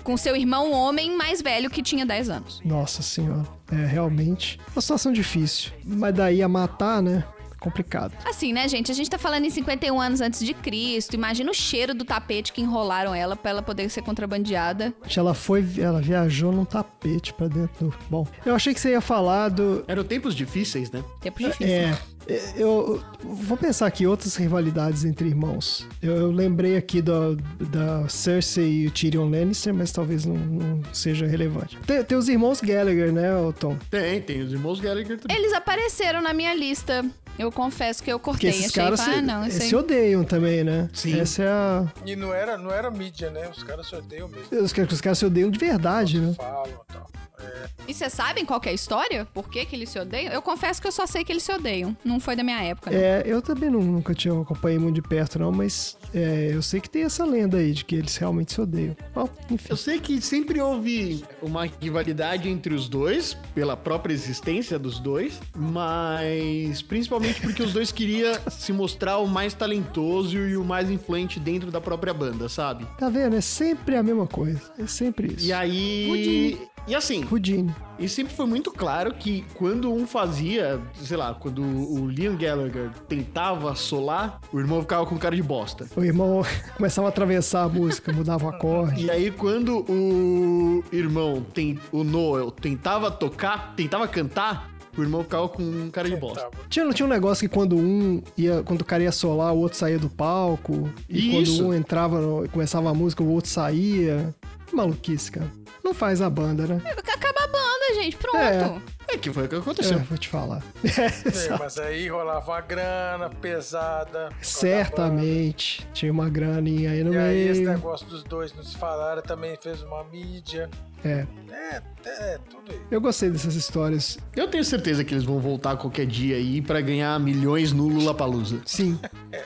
S2: com seu irmão homem mais velho que tinha 10 anos.
S4: Nossa senhora. É, realmente. Uma situação difícil. Mas daí a matar, né? Complicado.
S2: Assim, né, gente? A gente tá falando em 51 anos antes de Cristo. Imagina o cheiro do tapete que enrolaram ela pra ela poder ser contrabandeada.
S4: Ela foi. Ela viajou num tapete pra dentro do. Bom, eu achei que você ia falar do.
S1: Eram tempos difíceis, né?
S2: Tempo difícil.
S4: É. é, Eu eu vou pensar aqui outras rivalidades entre irmãos. Eu, eu lembrei aqui da, da Cersei e o Tyrion Lannister, mas talvez não, não seja relevante. Tem, tem os irmãos Gallagher, né, Elton?
S1: Tem, tem os irmãos Gallagher
S4: é.
S1: também.
S2: Eles apareceram na minha lista. Eu confesso que eu
S4: Que
S2: cortei.
S4: esses
S2: Achei
S4: caras
S2: ah,
S4: se, é,
S2: não, isso aí.
S4: se odeiam também, né?
S1: Sim.
S4: Essa é a.
S3: E não era, não era mídia, né? Os caras se odeiam mesmo.
S4: Os, caras- os caras se odeiam de verdade, né?
S3: Falam e tal.
S2: E vocês sabem qual que é a história? Por que, que eles se odeiam? Eu confesso que eu só sei que eles se odeiam. Não foi da minha época. né?
S4: É, eu também nu- nunca tinha acompanhei muito de perto, não, mas é, eu sei que tem essa lenda aí de que eles realmente se odeiam. Bom, enfim.
S1: Eu sei que sempre houve uma rivalidade entre os dois, pela própria existência dos dois, mas principalmente porque os dois queriam se mostrar o mais talentoso e o mais influente dentro da própria banda, sabe?
S4: Tá vendo? É sempre a mesma coisa. É sempre isso.
S1: E aí. E assim,
S4: Rudine.
S1: e sempre foi muito claro que quando um fazia, sei lá, quando o Liam Gallagher tentava solar, o irmão ficava com cara de bosta.
S4: O irmão começava a atravessar a música, mudava o acorde.
S1: E aí, quando o irmão, tem, o Noel, tentava tocar, tentava cantar, o irmão ficava com um cara de bosta.
S4: Tinha, não tinha um negócio que quando um ia, quando o cara ia solar, o outro saía do palco. E
S1: Isso.
S4: quando um entrava no- começava a música, o outro saía. Que maluquice, cara. Não faz a banda, né?
S2: Acaba a banda, gente. Pronto.
S4: É.
S1: É que foi o que
S4: É,
S1: aconteceu.
S4: vou te falar.
S3: Sei, É, mas aí rolava uma grana pesada.
S4: Certamente. Tinha uma graninha aí no
S3: E aí esse
S4: meio.
S3: negócio dos dois nos falaram também fez uma mídia.
S4: É.
S3: É, é tudo isso.
S4: Eu gostei dessas histórias.
S1: Eu tenho certeza que eles vão voltar qualquer dia aí pra ganhar milhões no Lula Palusa.
S4: Sim.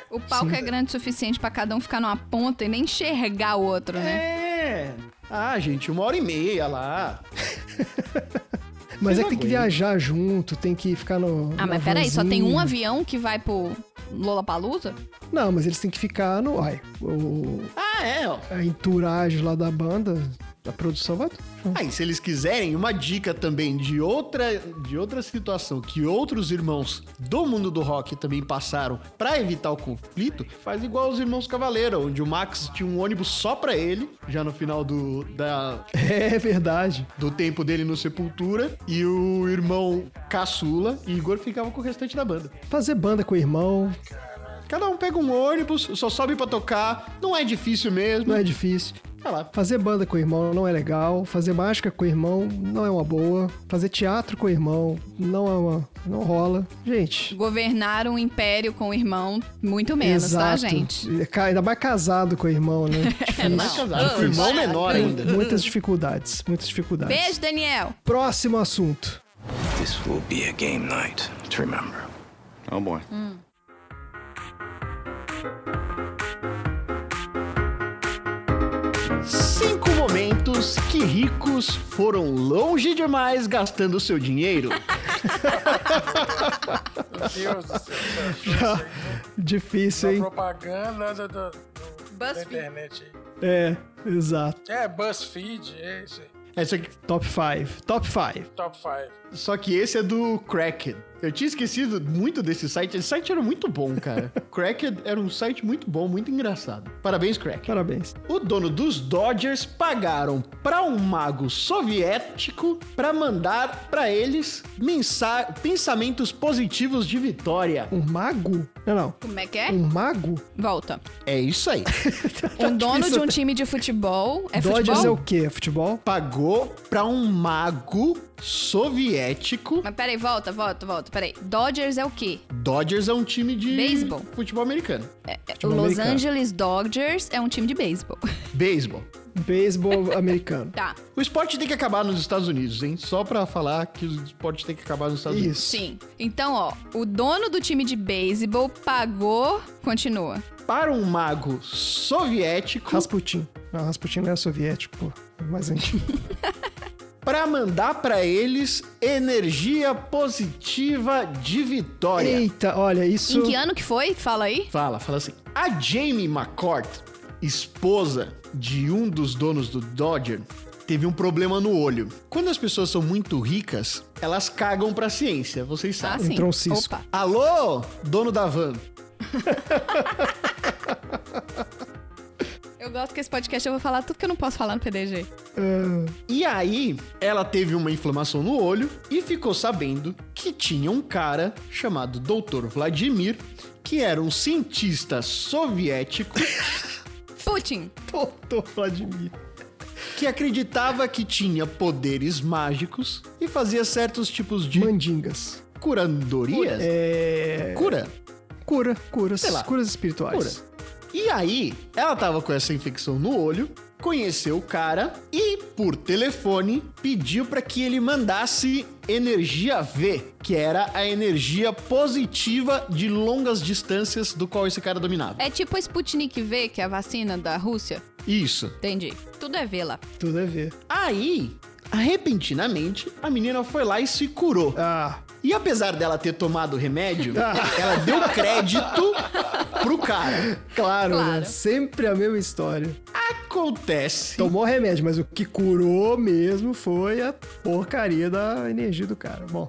S2: O palco é grande o suficiente pra cada um ficar numa ponta e nem enxergar o outro, né?
S1: É. Ah, gente, uma hora e meia lá.
S4: Mas é
S1: não
S4: que tem
S1: aguenta.
S4: que viajar junto, tem que ficar no.
S2: Ah,
S4: na
S2: mas peraí, só tem
S4: vanzinha.
S2: um avião que vai pro Lollapalooza?
S4: Não, mas eles têm que ficar no. Ai, o,
S1: Ah, é, ó.
S4: a entourage lá da banda, a produção vai.
S1: Aí, se eles quiserem, uma dica também de outra, de outra situação que outros irmãos do mundo do rock também passaram pra evitar o conflito, faz igual os irmãos Cavaleiro, onde o Max tinha um ônibus só pra ele, já no final do, da,
S4: É verdade.
S1: do tempo dele no Sepultura, e o irmão caçula, Igor, ficava com o restante da banda.
S4: Fazer banda com o irmão
S1: Cada um pega um ônibus, só sobe pra tocar, não é difícil mesmo.
S4: não é difícil.
S1: Olha lá.
S4: Fazer banda com o irmão não é legal. Fazer mágica com o irmão não é uma boa. Fazer teatro com o irmão não é uma. não rola. Gente.
S2: Governar um império com o irmão, muito menos, tá, gente?
S4: Ca- Ainda mais casado com o irmão, né? Difícil. é
S1: Mas casado, com o irmão
S2: Antes.
S1: menor ainda.
S4: Muitas dificuldades, muitas dificuldades.
S2: Beijo, Daniel!
S4: Próximo assunto.
S6: This will be a game night to remember.
S5: Oh boy.
S1: Cinco momentos que ricos foram longe demais gastando seu dinheiro.
S3: Meu Deus do céu.
S4: Já.
S3: Isso
S4: Difícil,
S3: é
S4: hein?
S3: propaganda do, do- do- da
S2: BuzzFeed.
S3: internet. aí.
S4: É, exato.
S3: É, BuzzFeed, é isso aí.
S1: É, só, que,
S4: Top 5. Top 5.
S3: Top 5.
S1: só que esse é do Cracked. Eu tinha esquecido muito desse site. Esse site era muito bom, cara. Cracked era um site muito bom, muito engraçado. Parabéns, Cracked.
S4: Parabéns.
S1: O dono dos Dodgers pagaram pra um mago soviético pra mandar pra eles mensa- pensamentos positivos de vitória.
S4: Um mago? Não, não.
S2: Como é que é?
S4: Um mago?
S2: Volta.
S1: É isso aí.
S2: Um dono de um time de futebol. É
S4: Dodgers é
S2: futebol?
S4: o quê? É Futebol?
S1: Pagou pra um mago soviético
S2: Mas peraí, volta, volta, volta, peraí. Dodgers é o quê?
S1: Dodgers é um time de
S2: Beisebol.
S1: futebol americano.
S2: É,
S4: Futebol
S2: Los
S4: Tipo americano.
S2: Angeles Dodgers é um time de beisebol.
S1: Beisebol.
S4: Beisebol americano.
S2: Tá,
S1: O esporte tem que acabar nos Estados Unidos, hein? Só pra falar que o esporte tem que acabar nos Estados Unidos.
S4: Isso.
S2: sim. Então, ó, o dono do time de beisebol pagou. Continua.
S1: Para um mago soviético,
S4: Rasputin. Não, Rasputin não é soviético, pô. É Mais antigo.
S1: pra mandar pra eles energia positiva de vitória.
S4: Eita, olha, isso.
S2: Em que ano que foi? Fala aí.
S1: Fala, fala assim. A Jamie McCourt, esposa de um dos donos do Dodger, teve um problema no olho. Quando as pessoas são muito ricas, elas cagam pra ciência, vocês
S2: Ah,
S1: sabem.
S2: sim.
S4: Entrou um cisco.
S2: Opa.
S1: Alô, dono da van.
S2: Eu gosto que esse podcast eu vou falar tudo que eu não posso falar no PDG.
S4: Ah,
S1: E aí, ela teve uma inflamação no olho e ficou sabendo que tinha um cara chamado Dr. Vladimir, que era um cientista soviético
S2: Putin.
S4: Doutor Vladimir.
S1: que acreditava que tinha poderes mágicos e fazia certos tipos de
S4: Mandingas.
S1: curandorias.
S4: É.
S1: Cura.
S4: Cura, curas.
S1: Sei lá.
S4: Curas espirituais.
S1: Cura. E aí, ela tava com essa infecção no olho, conheceu o cara e, por telefone, pediu pra que ele mandasse energia V, que era a energia positiva de longas distâncias do qual esse cara dominava.
S2: É tipo a Sputnik V, que é a vacina da Rússia.
S1: Isso.
S2: Entendi. Tudo é V lá.
S4: Tudo a ver.
S1: Aí, repentinamente, a menina foi lá e se curou.
S4: Ah,
S1: E apesar dela ter tomado o remédio, ela deu crédito pro cara.
S4: claro,
S2: Claro.
S4: né? Sempre a mesma história.
S1: Acontece
S4: Tomou remédio, mas o que curou mesmo foi a porcaria da energia do cara. Bom,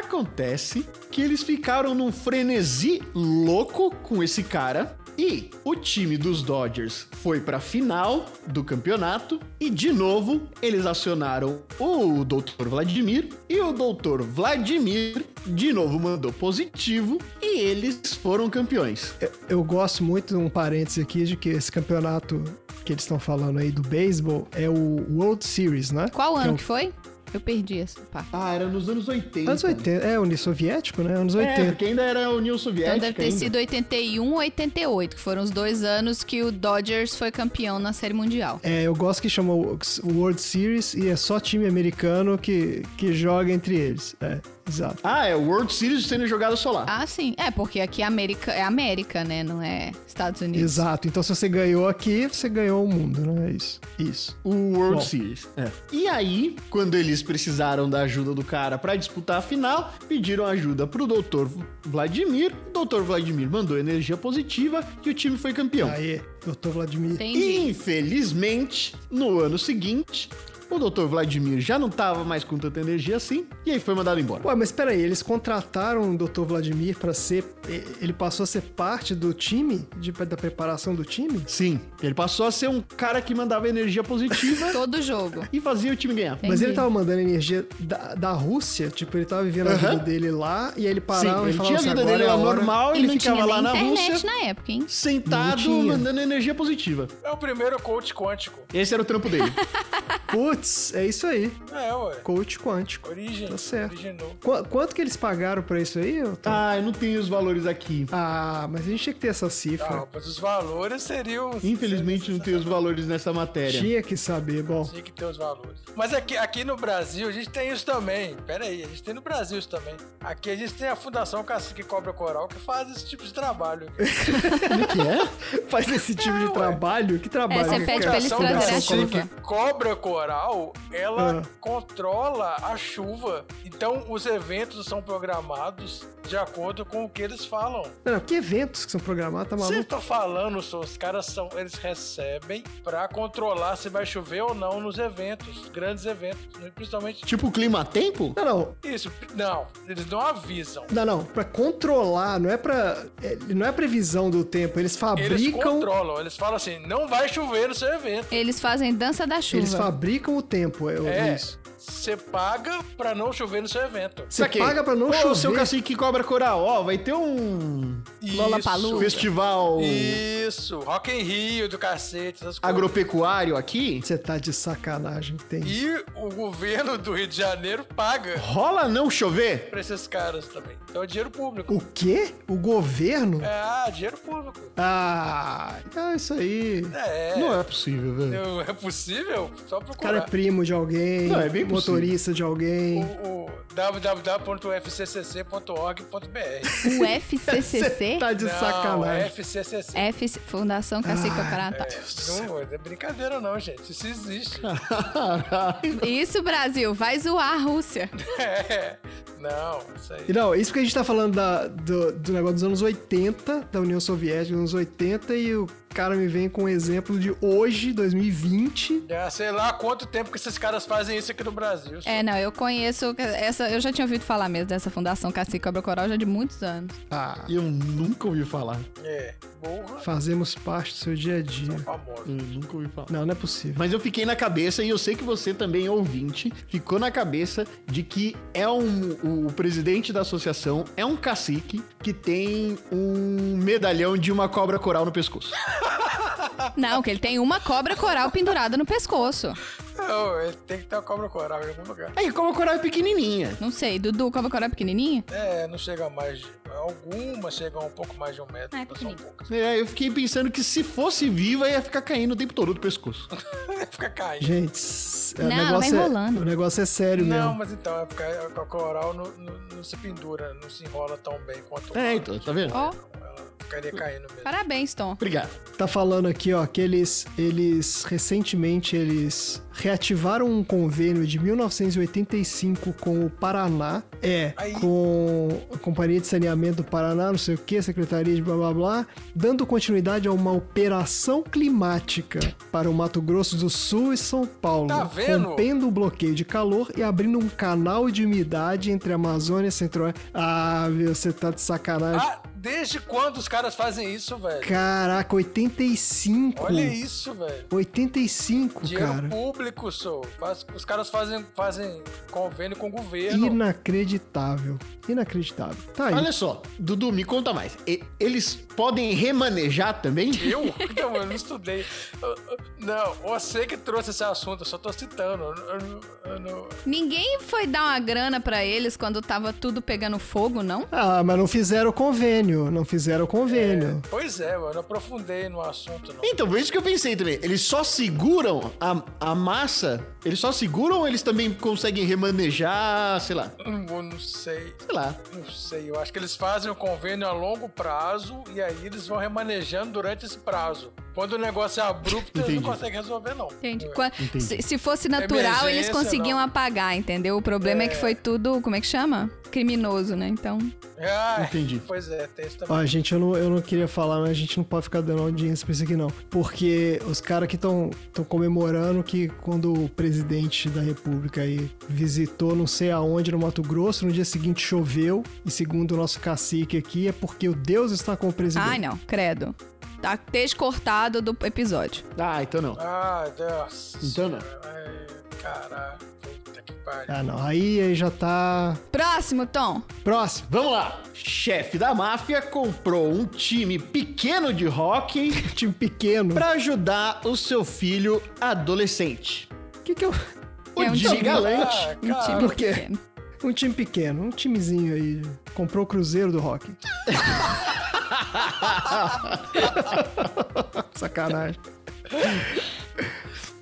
S1: Acontece que eles ficaram num frenesi louco com esse cara e o time dos Dodgers foi pra final do campeonato e de novo eles acionaram o Dr. Vladimir e o Dr. Vladimir de novo mandou positivo e eles foram campeões.
S4: eu- eu gosto muito, um parêntese aqui, de que esse campeonato que eles estão falando aí do beisebol é o World Series, né?
S2: Qual ano
S4: é
S1: Então-
S4: um-
S2: que foi? Eu perdi essa parte.
S1: Ah, era nos anos 80.
S4: Anos 80, é, unisoviético, né? Anos
S1: É,
S4: 80.
S1: porque ainda era a União Soviética.
S2: Então deve ter
S1: ainda.
S2: sido 81 ou 88, que foram os dois anos que o Dodgers foi campeão na Série Mundial.
S4: É, eu gosto que chama o o World Series e é só time americano que, que joga entre eles. É, exato.
S1: Ah, é o World Series sendo jogado solar.
S2: Ah, sim. É, porque aqui é América, é América, né? Não é Estados Unidos.
S4: Exato. Então, se você ganhou aqui, você ganhou o mundo, né? É isso. Isso.
S1: O World
S4: Bom.
S1: Series. E aí, quando eles precisaram da ajuda do cara pra disputar a final, pediram ajuda pro Dr. Vladimir. O Dr. Vladimir mandou energia positiva e o time foi campeão.
S2: Então.
S4: Aí, doutor Vladimir.
S2: Entendi.
S1: Infelizmente, no ano seguinte, o Dr. Vladimir já não tava mais com tanta energia assim, e aí foi mandado embora.
S4: Ué, mas peraí, eles contrataram o Dr. Vladimir pra ser. e- Ele passou a ser parte do time? De, da preparação do time?
S1: Sim, ele passou a ser um cara que mandava energia positiva
S2: Todo jogo.
S1: e fazia o time ganhar.
S4: Mas
S2: Entendi.
S4: ele tava mandando energia da, da Rússia, tipo, ele tava vivendo a vida
S1: Aham.
S4: dele lá, e aí ele parava
S1: Sim,
S4: e
S1: ele tinha
S4: falava
S1: a
S4: assim,
S1: vida
S4: agora
S1: dele
S4: é a
S1: lá
S4: hora.
S1: normal,
S2: E
S1: ele
S2: não
S1: ficava
S2: tinha
S1: lá
S2: nem
S1: na
S2: internet
S1: Rússia,
S2: na época, hein?
S1: sentado,
S4: né?" Não tinha.
S1: mandando energia positiva.
S3: É o primeiro coach quântico.
S1: Esse era o trampo dele.
S4: Putz, é isso aí,
S3: É, ué.
S4: coach quântico.
S3: Origem.
S4: Tá certo.
S3: Originou.
S4: Qu- quanto que eles pagaram pra isso aí, Otávio?
S1: ah, eu não tenho os valores aqui.
S4: Ah, mas a gente tinha que ter essa cifra.
S3: Ah, mas os valores seriam.
S1: Infelizmente não tenho os valores nessa matéria.
S4: Tinha que saber, bom.
S3: Tinha que ter os valores. Mas aqui, aqui no Brasil a gente tem isso também. Pera aí, a gente tem no Brasil isso também. Aqui a gente tem a Fundação Cacique Cobra Coral que faz esse tipo de trabalho.
S1: Como que é?
S4: Faz esse tipo de trabalho? Que trabalho?
S2: É, você
S4: que
S2: pede
S4: cara-
S2: pra eles
S4: que
S3: Fundação
S2: trazerem a
S4: garçom
S2: chuva.
S4: coloca?
S3: Cacique Cobra Coral, ela
S4: Ah.
S3: controla a chuva. Então os eventos são programados de acordo com o que eles falam.
S4: Não, não, que eventos que são programados, tá
S3: Você
S4: maluco?
S3: tá falando, só, os caras são, eles recebem pra controlar se vai chover ou não nos eventos, grandes eventos, né, principalmente
S1: Tipo clima-tempo?
S4: Não, não,
S3: isso. Não, eles não avisam.
S4: não, não. Pra controlar, não é pra. é, não é previsão do tempo. Eles
S3: Eles
S4: fabricam.
S3: controlam, eles falam assim, não vai chover no seu evento.
S2: Eles fazem dança da chuva.
S4: Eles fabricam o tempo, é,
S3: É.
S4: isso.
S3: Você paga pra não chover no seu evento.
S4: Você
S1: Saquei.
S4: paga pra não
S1: Ô,
S4: chover.
S1: seu cacique cobra coral, ó, vai ter um
S2: Lollapalooza.
S1: festival
S3: Isso, Rock in Rio do cacete, essas coisas.
S1: agropecuário aqui.
S4: Você tá de sacanagem, tem.
S3: E o governo do Rio de Janeiro paga
S1: Rola não chover?
S3: pra esses caras também. Então é dinheiro público.
S4: O quê? O governo?
S3: É, dinheiro público.
S4: Ah, então isso aí.
S3: É,
S1: Não é possível, velho.
S3: não é possível, só
S4: O cara é
S3: procurar.
S4: primo de alguém,
S1: Não, é bem possível.
S4: motorista de
S3: O,
S4: alguém.
S3: o www.fccc.org.br
S2: O FCCC?
S4: Tá de
S1: é.
S3: Não, é
S4: sacanagem. É.
S3: FCCC.
S2: F... Fundação Cacique
S4: Ai,
S1: Ah,
S2: Coral. Tá.
S3: Não, é brincadeira não, gente. Isso existe.
S1: é.
S2: Isso, Brasil. Vai zoar a Rússia.
S3: É. Não, isso aí.
S4: E Não, isso que a gente tá falando da- do, do negócio dos anos 80, da União Soviética, anos 80, e o cara me vem com um exemplo de hoje, 2020.
S3: Já sei lá há quanto tempo que esses caras fazem isso aqui no Brasil.
S2: É, não, eu conheço essa. Eu já tinha ouvido falar mesmo dessa Fundação Cacique Cobra Coral já de muitos anos.
S4: Ah,
S1: Eu nunca ouvi falar.
S3: É, burra,
S4: fazemos parte do seu dia a dia.
S3: famosa.
S1: Eu nunca ouvi falar.
S4: Não, não é possível.
S1: Mas eu fiquei na cabeça, e eu sei que você também, é ouvinte, ficou na cabeça de que é um, o presidente da associação é um cacique que tem um medalhão de uma cobra coral no pescoço.
S2: Não, que ele tem uma cobra coral pendurada no pescoço.
S3: Não, ele tem que ter uma cobra coral em algum lugar.
S1: Aí, como a coral é pequenininha.
S2: Não sei, Dudu, cobra coral é pequenininha?
S3: É, não chega mais. de- Algumas chegam um pouco mais de um metro,
S2: Ah, é
S3: mas são
S2: pequenininho.
S3: poucas.
S1: É, eu fiquei pensando que se fosse viva, ia ficar caindo o tempo todo do pescoço.
S3: Fica caindo.
S4: Gente, s- é,
S2: Não,
S4: o
S2: ela
S4: negócio
S2: vai
S4: é,
S2: enrolando.
S4: o negócio é sério
S3: Não,
S4: mesmo.
S3: mas então, é porque a a coral não, não- não se pendura, não se enrola tão bem quanto
S1: É,
S3: uma.
S1: então, tá vendo?
S2: Ó,
S3: Ela ficaria caindo mesmo.
S2: parabéns, Tom.
S1: Obrigado.
S4: Tá falando aqui, ó, que eles, eles recentemente eles reativaram um convênio de 1985 com o Paraná, é,
S3: Aí.
S4: com a Companhia de Saneamento do Paraná, não sei o que, Secretaria de blá blá blá, dando continuidade a uma operação climática para o Mato Grosso do Sul e São Paulo,
S3: Tá vendo?
S4: rompendo o bloqueio de calor e abrindo um canal de umidade entre a Amazônia e Centro-Oeste. Ah, meu, você tá de sacanagem.
S3: Ah, desde quando os caras fazem isso, velho?
S4: Caraca, 85.
S3: Olha isso, velho.
S4: 85,
S3: Dinheiro
S4: cara.
S3: público, sou. Faz- os caras fazem, fazem convênio com o governo.
S4: Inacreditável. Inacreditável. Tá aí.
S1: Olha só, Dudu, me conta mais. E- eles podem remanejar também?
S3: Eu? Não, eu não estudei. Eu- eu- Não, você que trouxe esse assunto, eu só tô citando. Eu, eu- eu não-
S2: Ninguém foi dar uma grana pra eles quando tava tudo pegando fogo, não?
S4: Ah, mas não fizeram o convênio. Não fizeram o convênio.
S3: Pois é, mano, eu não aprofundei no assunto, não.
S1: Então, foi isso que eu pensei também. Eles só seguram a, a massa? Eles só seguram ou eles também conseguem remanejar, sei lá?
S3: Hum, Eu não sei,
S1: Sei lá.
S3: não sei. Eu acho que eles fazem o convênio a longo prazo e aí eles vão remanejando durante esse prazo. Quando o negócio é abrupto, eles
S1: Entendi.
S3: não conseguem resolver, não.
S2: Entende?
S3: É.
S2: Qua-
S1: Entendi.
S2: Se, se fosse natural, eles
S3: Emergência,
S2: conseguiam
S3: não.
S2: apagar, entendeu? O problema é. que foi tudo, como é que chama? Criminoso, né? Então.
S3: Ah,
S1: Entendi.
S3: Pois é, tem isso também.
S4: Ó, gente, eu não, eu não queria falar, mas a gente não pode ficar dando audiência pra isso aqui, não. Porque os caras que estão comemorando que quando o presidente da república aí visitou não sei aonde no Mato Grosso, no dia seguinte choveu, e segundo o nosso cacique aqui, é porque o Deus está com o presidente.
S2: Ai, não, credo. Tá descortado do episódio.
S1: Ah, então não.
S3: Ah, Deus.
S1: Então não.
S3: Ai, Caralho. Puta que pariu.
S4: Ah, não. Aí, aí já tá...
S2: Próximo, Tom.
S4: Próximo.
S1: Vamos lá. Chefe da máfia comprou um time pequeno de hockey
S4: Um Time pequeno.
S1: pra ajudar o seu filho adolescente.
S4: O que que eu...
S1: O
S2: É um
S1: Di
S2: time-
S1: Galante.
S3: Ah,
S2: Um time
S3: cara.
S4: por quê?
S2: pequeno.
S4: Um time pequeno, um timezinho aí. Comprou o Cruzeiro do Rock. Sacanagem.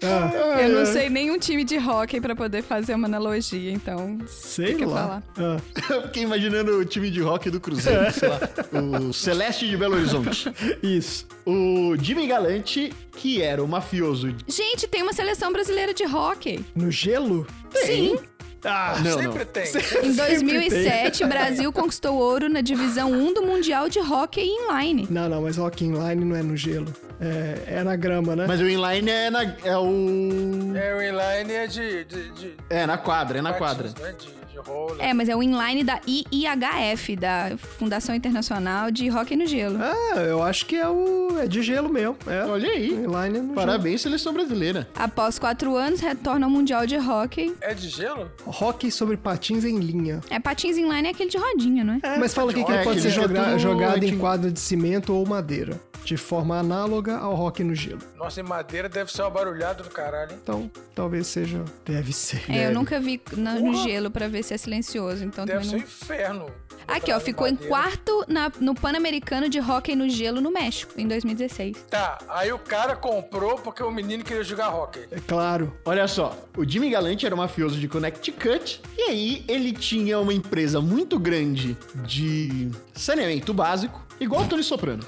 S4: Ah,
S2: Eu não sei nenhum time de hockey pra poder fazer uma analogia, então.
S4: sei
S2: Fica
S4: lá. Ah,
S1: Eu fiquei imaginando o time de hockey do Cruzeiro, sei lá. O Celeste de Belo Horizonte.
S4: isso.
S1: O Jimmy Galante, que era o mafioso.
S2: Gente, tem uma seleção brasileira de hockey.
S4: No gelo?
S2: Sim.
S4: Ah,
S1: Não, não.
S3: Sempre tem.
S2: Em
S4: Sempre
S2: 2007, o Brasil conquistou ouro na divisão 1 do Mundial de Hockey Inline.
S4: Não, não, mas Rock Inline não é no gelo. É, é na grama, né?
S1: Mas o inline é, na, é o.
S3: É, o inline é de... de, de
S1: É, na quadra, é na quadra.
S3: patins, Né? De, de roller.
S2: É, mas é o inline da IIHF, da Fundação Internacional de Hockey no Gelo.
S4: Ah, eu acho que é o. É de gelo mesmo. É.
S1: Olha aí.
S4: Inline é no
S1: Parabéns, seleção brasileira.
S2: Após quatro anos, retorna ao Mundial de Hockey.
S3: É de gelo?
S4: gelo. Hockey sobre patins em linha.
S2: É, patins inline é aquele de rodinha, não é?
S4: Mas fala aqui que
S1: É,
S4: ele pode
S1: que
S4: ser
S1: ele é
S4: joga-
S1: tudo
S4: jogado em
S1: antigo.
S4: quadra de cimento ou madeira, de forma análoga ao rock no gelo.
S3: Nossa, em madeira deve ser uma barulhada do caralho, hein?
S4: Então, talvez seja. Deve ser.
S2: É, eu nunca vi na- no gelo pra ver se é silencioso, então
S3: Deve ser um
S2: também não...
S3: inferno.
S2: Aqui, ó, ficou em
S3: Madeira.
S2: quarto na- no Pan-Americano de Hockey no Gelo no México, em 2016.
S3: Tá, aí o cara comprou porque o menino queria jogar hockey.
S4: É claro.
S1: Olha só, o Jimmy Galante era um mafioso de Connecticut e aí ele tinha uma empresa muito grande de saneamento básico, igual o Tony Soprano.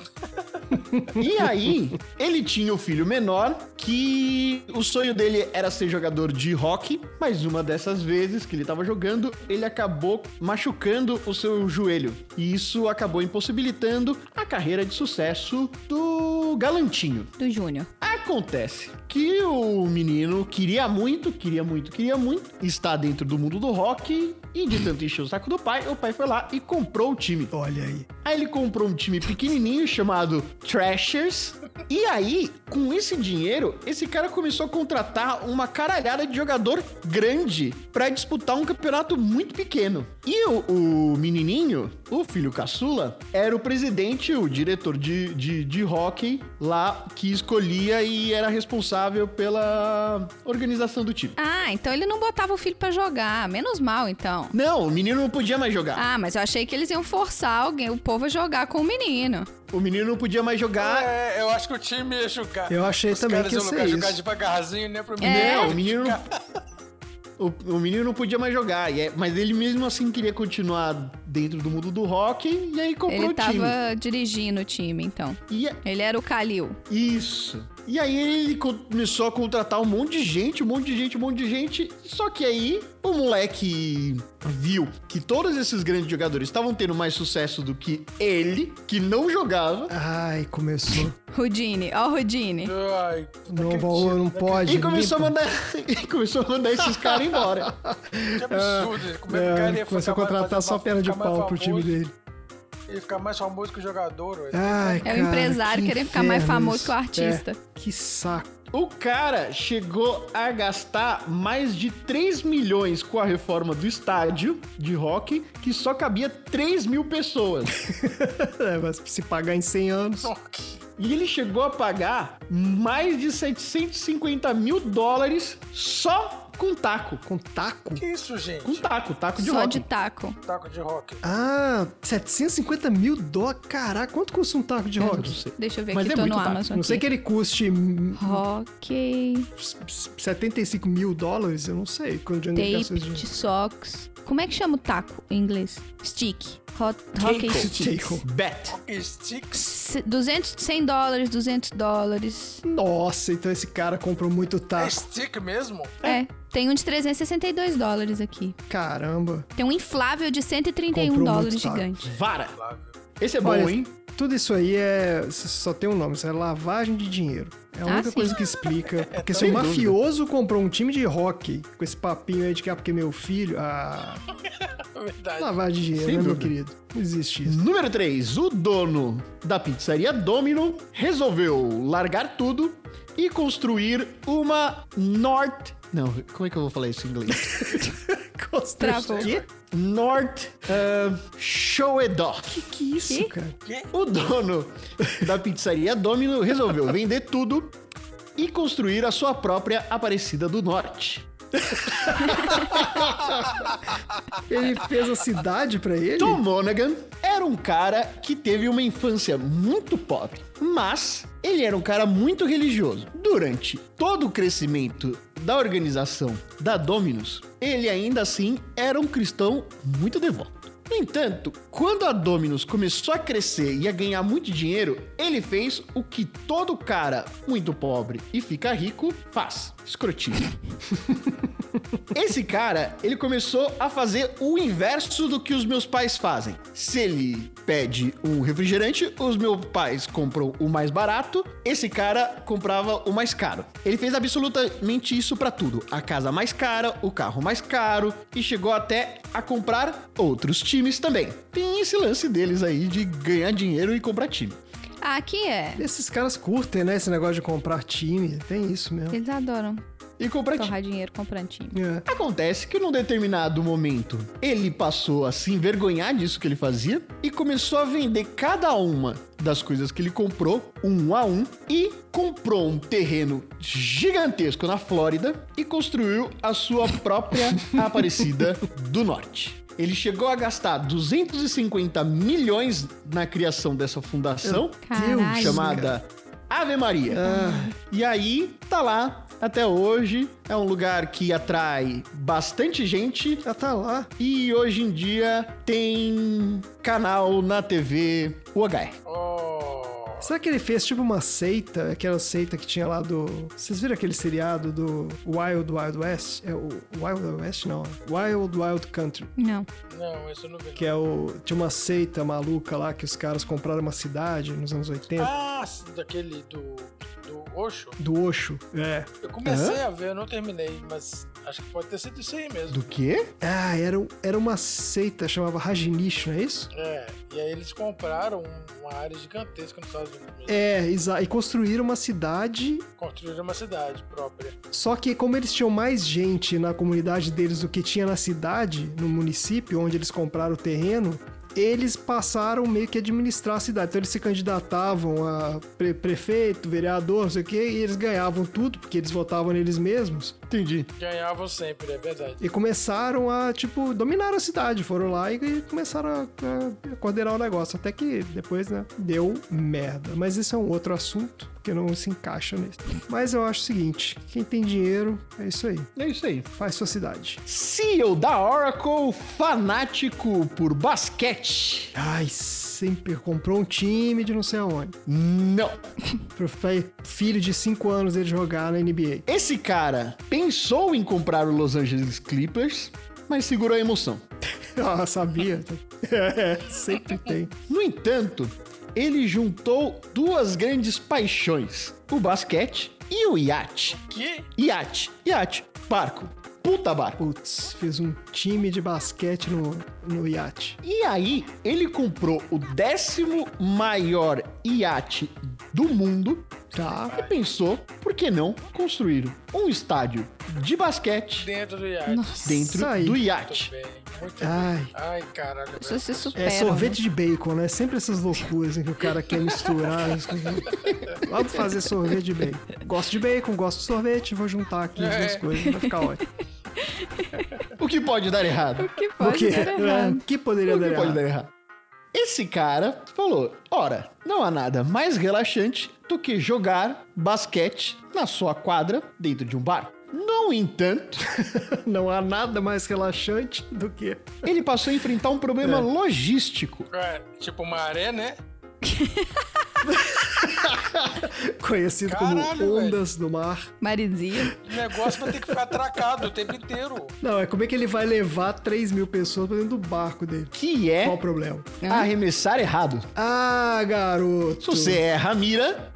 S1: e aí ele tinha o filho menor que o sonho dele era ser jogador de hockey, mas uma dessas vezes que ele estava jogando, ele acabou machucando o seu joelho e isso acabou impossibilitando a carreira de sucesso do Galantinho.
S2: Do Júnior.
S1: Acontece que o menino queria muito, queria muito, queria muito, está dentro do mundo do rock e de tanto encher o saco do pai, o pai foi lá e comprou o time.
S4: Olha aí.
S1: Aí ele comprou um time pequenininho chamado Trashers. E aí, com esse dinheiro, esse cara começou a contratar uma caralhada de jogador grande pra disputar um campeonato muito pequeno. E o, o menininho, o filho caçula, era o presidente, o diretor de, de, de hockey lá que escolhia e era responsável pela organização do time.
S2: Ah, então ele não botava o filho pra jogar. Menos mal, então.
S1: Não, o menino não podia mais jogar.
S2: Ah, mas eu achei que eles iam forçar alguém, o povo a jogar com o menino.
S1: O menino não podia mais jogar.
S3: É, eu acho que o time ia jogar.
S4: Ah. Eu achei
S3: Os
S4: também
S3: caras
S4: que
S3: iam
S4: ia
S3: jogar,
S4: ser
S3: jogar
S4: isso.
S3: devagarzinho, né? Pro
S2: É.
S1: Não, o menino. não- O, o menino não podia mais jogar, e é- mas ele mesmo assim queria continuar dentro do mundo do rock e aí comprou
S2: Ele
S1: o time.
S2: tava dirigindo o time, então.
S1: E, é
S2: Ele era o Kalil.
S1: isso. E aí ele começou a contratar um monte de gente, um monte de gente, um monte de gente. Só que aí o moleque viu que todos esses grandes jogadores estavam tendo mais sucesso do que ele, que não jogava.
S4: Ai, começou.
S1: Tá
S2: Rudine, ó o Rudine.
S3: Ai, né?
S4: não vou, não pode.
S1: E tá começou a
S4: limpa.
S1: mandar, e começou a mandar esses caras embora.
S3: que absurdo. Como é que o cara
S4: É,
S3: ia
S4: começou
S3: ficar
S4: a
S3: mais-
S4: contratar
S3: fazer
S4: só
S3: uma-
S4: perna de
S3: ficar mais
S4: pau pro time
S3: famoso?
S4: dele.
S3: Ele ficar mais famoso que o jogador, ué.
S4: Ai,
S2: É o empresário querendo ficar mais famoso que o
S1: é
S2: artista.
S4: É, que saco.
S1: O cara chegou a gastar mais de 3 milhões com a reforma do estádio de rock, que só cabia 3 mil pessoas.
S4: É, mas se pagar em 100 anos.
S1: e ele chegou a pagar mais de 750 mil dólares só com taco.
S4: Com taco?
S3: Que isso, gente?
S4: Então.
S1: Com taco, taco de
S2: Só
S1: rock.
S2: de taco.
S3: Taco de rock.
S4: Ah, 750 mil dólares? Caraca, quanto custa um taco de
S1: Eu
S4: rock?
S1: não sei.
S2: Deixa eu ver
S1: Mas
S2: aqui,
S1: é
S2: tô no
S1: muito taco.
S2: Amazon.
S4: Não sei que
S2: aqui.
S4: ele custe
S2: Hockey,
S4: 75 mil dólares, eu não sei. Quando o Django gastou esse
S2: tape de
S4: dinheiro.
S2: socks, Como é que chama o taco em inglês? Stick. Hot, hockey stick.
S1: Bet.
S3: Sticks.
S2: Se- 200, 100 dólares, 200 dólares.
S4: Nossa, então esse cara comprou muito
S3: É
S4: taco.
S3: stick mesmo?
S2: É. Tem um de 362 dólares aqui.
S4: Caramba.
S2: Tem um inflável de 131
S4: Comprou
S2: dólares
S4: muito taco.
S2: gigante.
S1: Vara. Esse é bom,
S4: Olha,
S1: hein?
S4: Tudo isso aí é. s- Só tem um nome, isso é lavagem de dinheiro. É a
S2: Ah,
S4: única
S2: sim.
S4: coisa que explica. Porque se
S1: Sem
S4: o mafioso comprou um time de hockey com esse papinho aí de que ah, porque meu filho. Ah,
S3: Verdade.
S4: lavagem de dinheiro,
S1: Sem
S4: né, meu
S1: dúvida.
S4: querido? Não existe isso.
S1: Número 3. O dono da pizzaria Domino resolveu largar tudo e construir uma North. Não, como é que eu vou falar isso em inglês?
S2: Travou.
S1: Que? North uh, Shoedock.
S4: Que é? isso, cara?
S1: O dono da pizzaria Domino resolveu vender tudo e construir a sua própria Aparecida do Norte.
S4: Ele fez a cidade pra ele?
S1: Tom Monaghan era um cara que teve uma infância muito pobre, mas ele era um cara muito religioso. Durante todo o crescimento da organização da Dominus, ele ainda assim era um cristão muito devoto. No entanto, quando a Dominus começou a crescer e a ganhar muito dinheiro, ele fez o que todo cara muito pobre e fica rico faz: escrotismo. Esse cara, ele começou a fazer o inverso do que os meus pais fazem. Se ele pede um refrigerante, os meus pais compram o mais barato, esse cara comprava o mais caro. Ele fez absolutamente isso pra tudo. A casa mais cara, o carro mais caro e chegou até a comprar outros times também. Tem esse lance deles aí de ganhar dinheiro e comprar time.
S2: Ah, aqui é.
S4: Esses caras curtem, né? Esse negócio de comprar time. Tem isso mesmo.
S2: Eles adoram
S1: E comprar time.
S2: torrar dinheiro comprando time.
S4: É.
S1: Acontece que num determinado momento ele passou a se envergonhar disso que ele fazia e começou a vender cada uma das coisas que ele comprou, um a um, e comprou um terreno gigantesco na Flórida e construiu a sua própria Aparecida do Norte. Ele chegou a gastar 250 milhões na criação dessa fundação
S2: Caralho.
S1: chamada Ave Maria. E aí, tá lá até hoje. É um lugar que atrai bastante gente.
S4: Já tá lá.
S1: E hoje em dia tem canal na TV UHR.
S3: Oh.
S4: Será que ele fez tipo uma seita? Aquela seita que tinha lá do. Vocês viram aquele seriado do Wild Wild West? É o Wild West? Não. Wild Wild Country.
S2: Não.
S3: Não, isso eu não vi.
S4: Que é o. Tinha uma seita maluca lá que os caras compraram uma cidade nos anos 80.
S3: Ah, daquele do. do Oxo.
S4: Do Osho. É.
S3: Eu comecei a ver, eu não terminei, mas acho que pode ter sido isso aí mesmo.
S1: Do quê?
S4: Ah, era, um- era uma seita, chamava Rajinish, não é isso?
S3: É, e aí eles compraram um- uma área gigantesca nos Estados Unidos. mesmo.
S4: É, exa e construíram uma cidade
S3: Construíram uma cidade própria.
S4: Só que como eles tinham mais gente na comunidade deles do que tinha na cidade, no município onde eles compraram o terreno, eles passaram meio que a administrar a cidade. Então eles se candidatavam a pre- prefeito, vereador, não sei o quê, e eles ganhavam tudo, porque eles votavam neles mesmos.
S1: Entendi.
S3: Ganhavam sempre, é verdade.
S4: E começaram a, tipo, dominar a cidade. Foram lá e- e começaram a, a- a coordenar o negócio. Até que depois, né, deu merda. Mas isso é um outro assunto, que não se encaixa nesse. Mas eu acho o seguinte, quem tem dinheiro, é isso aí
S1: É isso aí.
S4: faz sua cidade.
S1: CEO da Oracle, fanático por basquete.
S4: Ai, sempre comprou um time de não sei aonde.
S1: Não.
S4: Pro fi- filho de 5 anos ele jogar na NBA.
S1: Esse cara pensou em comprar o Los Angeles Clippers, mas segurou a emoção.
S4: Ah, sabia. É, sempre tem.
S1: No entanto, ele juntou duas grandes paixões: o basquete e o iate.
S3: Que?
S1: Iate, iate, barco, puta barco.
S4: Putz, fez um time de basquete no, no iate.
S1: E aí, ele comprou o décimo maior iate do mundo
S4: Tá.
S1: e pensou, por que não construir um estádio de basquete
S3: Dentro do iate.
S2: Nossa.
S1: dentro
S4: Isso aí.
S1: do
S3: Muito
S1: iate?
S3: bem, muito
S4: Ai.
S3: bem. Ai, caralho.
S2: As pessoas se superam.
S4: É sorvete
S2: né?
S4: de bacon, né? Sempre essas loucuras em que o cara quer misturar. as coisas. Vamos fazer sorvete de bacon. Gosto de bacon, gosto de sorvete, vou juntar aqui
S1: É.
S4: as duas coisas, vai ficar ótimo.
S1: O que pode dar errado?
S2: Que
S4: O
S2: pode
S4: que,
S2: ser né? errado.
S4: o é, que poderia
S1: O
S4: dar
S1: que pode
S4: errado?
S1: dar errado? Esse cara falou: ora, não há nada mais relaxante do que jogar basquete na sua quadra dentro de um bar. No entanto,
S4: Não há nada mais relaxante do que.
S1: ele passou a enfrentar um
S4: É.
S1: problema logístico.
S3: É, tipo uma maré, né?
S4: Conhecido
S3: Caralho,
S4: como Ondas do Mar.
S2: Marizinha.
S3: O negócio vai ter que ficar atracado o tempo inteiro.
S4: Não, é como é que ele vai levar 3 mil pessoas pra dentro do barco dele.
S1: Que é
S4: Qual o problema?
S1: arremessar errado.
S4: Ah, garoto.
S1: Se você erra a mira,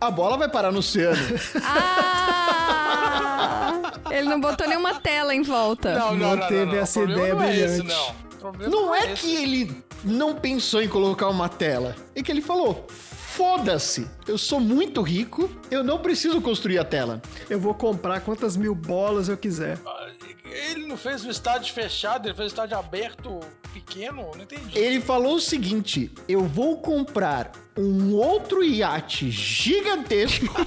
S1: a bola vai parar no oceano.
S2: Ah! Ele não botou nenhuma tela em volta.
S3: Não, não, não.
S4: Não teve
S3: não, não.
S4: essa
S3: O problema não
S4: ideia
S3: é esse,
S4: brilhante.
S3: não. O problema
S1: Não é
S3: esse.
S1: que ele não pensou em colocar uma tela. É que ele falou: foda-se, eu sou muito rico, eu não preciso construir a tela.
S4: Eu vou comprar quantas mil bolas eu quiser.
S3: Ele não fez um estádio fechado, ele fez um estádio aberto, pequeno, não entendi.
S1: Ele falou o seguinte: eu vou comprar um outro iate gigantesco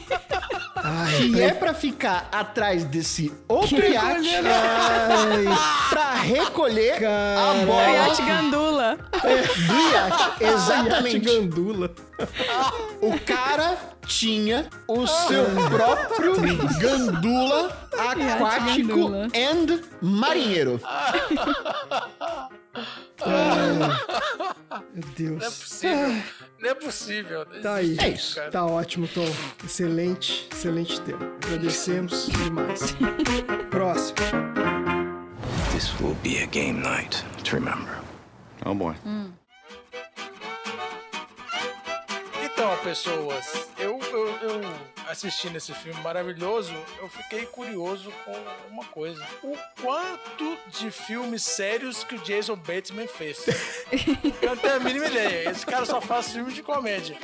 S1: que é pra ficar atrás desse outro iate pra recolher a
S4: Caralho.
S2: Foi
S1: bola
S2: iate gandula.
S1: do iate.
S4: Iate
S1: Exatamente.
S4: Gandula.
S1: O cara tinha o seu próprio gandula aquático
S2: gandula.
S1: and marinheiro.
S3: Não é
S4: Meu Deus.
S3: possível. Não é possível. não
S4: Tá aí.
S3: existe
S1: É isso.
S3: cara.
S4: Tá ótimo, Tom. Excelente, excelente tema. Agradecemos demais. Próximo.
S6: This will be a game night to remember.
S5: Oh boy.
S3: Então, pessoas, eu, eu, eu assistindo esse filme maravilhoso, eu fiquei curioso com uma coisa. O quanto de filmes sérios que o Jason Bateman fez. eu não tenho a mínima ideia. Esse cara só faz filme de comédia.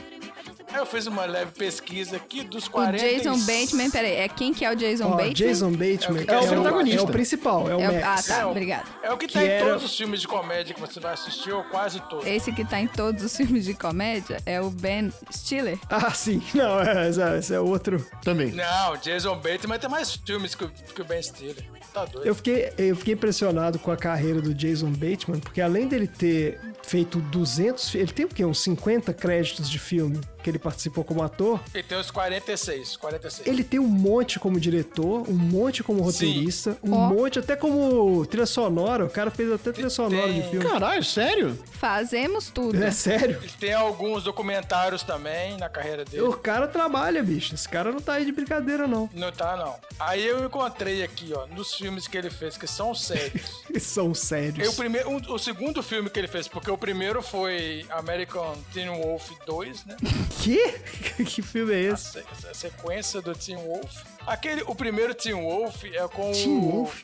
S3: Aí Eu fiz uma leve pesquisa aqui dos
S2: O
S3: 40. e-
S2: Jason Bateman, peraí, é quem que é o Jason
S4: Ó,
S2: Bateman?
S4: Jason Bateman
S1: É o
S4: é
S1: protagonista.
S4: o principal, é o
S2: É o- ah,
S4: Max.
S2: tá,
S3: É o-
S2: obrigado.
S3: É o que,
S4: Que
S3: tá em
S4: era-
S3: todos os filmes de comédia que você vai assistir, ou quase todos.
S2: Esse que tá em todos os filmes de comédia é o Ben Stiller.
S4: Ah, sim. Não, é, é, esse é outro.
S1: Também.
S3: Não, Jason Bateman tem mais filmes que, o- que o Ben Stiller. Tá doido.
S4: Eu fiquei, eu fiquei impressionado com a carreira do Jason Bateman, porque além dele ter feito 200... fi- Ele tem o quê? Uns 50 créditos de filme que ele participou como ator.
S3: Ele tem uns 46, 46.
S4: Ele tem um monte como diretor, um monte como roteirista, um
S2: Ó.
S4: monte até como trilha sonora. O cara fez até trilha sonora de filme.
S1: Caralho, sério?
S2: Fazemos tudo.
S4: É sério?
S3: Ele tem alguns documentários também na carreira dele.
S4: O cara trabalha, bicho. Esse cara não tá aí de brincadeira, não.
S3: Não tá, não. Aí eu encontrei aqui, ó, nos filmes que ele fez, que são sérios.
S4: Eles são
S3: Eu, o
S4: sérios.
S3: primeiro, um- o segundo filme que ele fez, porque o primeiro foi American Teen Wolf 2, né?
S4: Que? que filme é
S3: A,
S4: esse?
S3: se- a sequência do Teen Wolf. Aquele, o primeiro Teen Wolf é com
S4: Teen
S3: o...
S4: Wolf?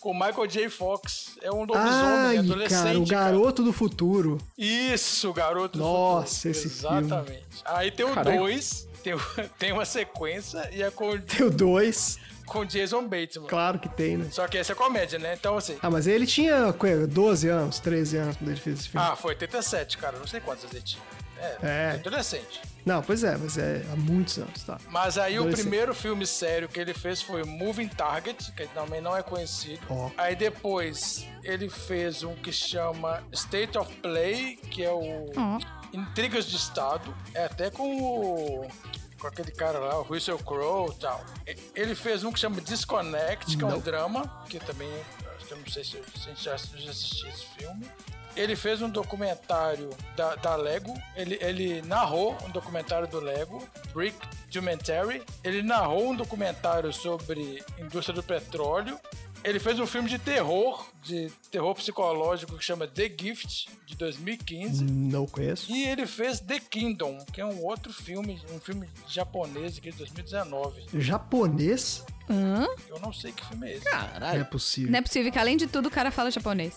S3: Com o Michael J. Fox. É um lobisomem, é
S4: Ai,
S3: adolescente.
S4: cara, o
S3: cara.
S4: garoto do futuro.
S3: Isso, garoto. do
S4: Nossa,
S3: futuro.
S4: esse filme.
S3: Exatamente. Aí tem o
S1: Caraca.
S3: 2, tem, o- tem uma sequência e é com,
S4: Tem o dois,
S3: com o Jason Bateman.
S4: claro que tem, né?
S3: Só que essa é comédia, né? Então, assim.
S4: Ah, mas ele tinha o quê? 12 anos, 13 anos quando ele fez esse filme.
S3: Ah, foi 87, cara. Não sei quantos ele tinha. É,
S4: É.
S3: adolescente.
S4: Não, pois é, mas é há muitos anos, tá?
S3: Mas aí o
S4: Adolescente.
S3: primeiro filme sério que ele fez foi Moving Target, que também não é conhecido.
S4: Ó.
S3: Aí depois ele fez um que chama State of Play, que é o Intrigas de Estado. É até com o. Com aquele cara lá, o Russell Crowe e tal. E- Ele fez um que chama Disconnect, que é um drama, que também. Acho que eu não sei se se a gente já já assistiu esse filme. Ele fez um documentário da, da Lego. Ele, ele narrou um documentário do Lego, Brick Documentary. Ele narrou um documentário sobre indústria do petróleo. Ele fez um filme de terror, de terror psicológico, que chama The Gift, de 2015.
S4: Não conheço.
S3: E ele fez The Kingdom, que é um outro filme, um filme japonês aqui de 2019.
S4: Japonês?
S3: Eu não sei que filme é esse.
S4: Não é possível.
S2: Não é possível que, além de tudo, o cara fala japonês.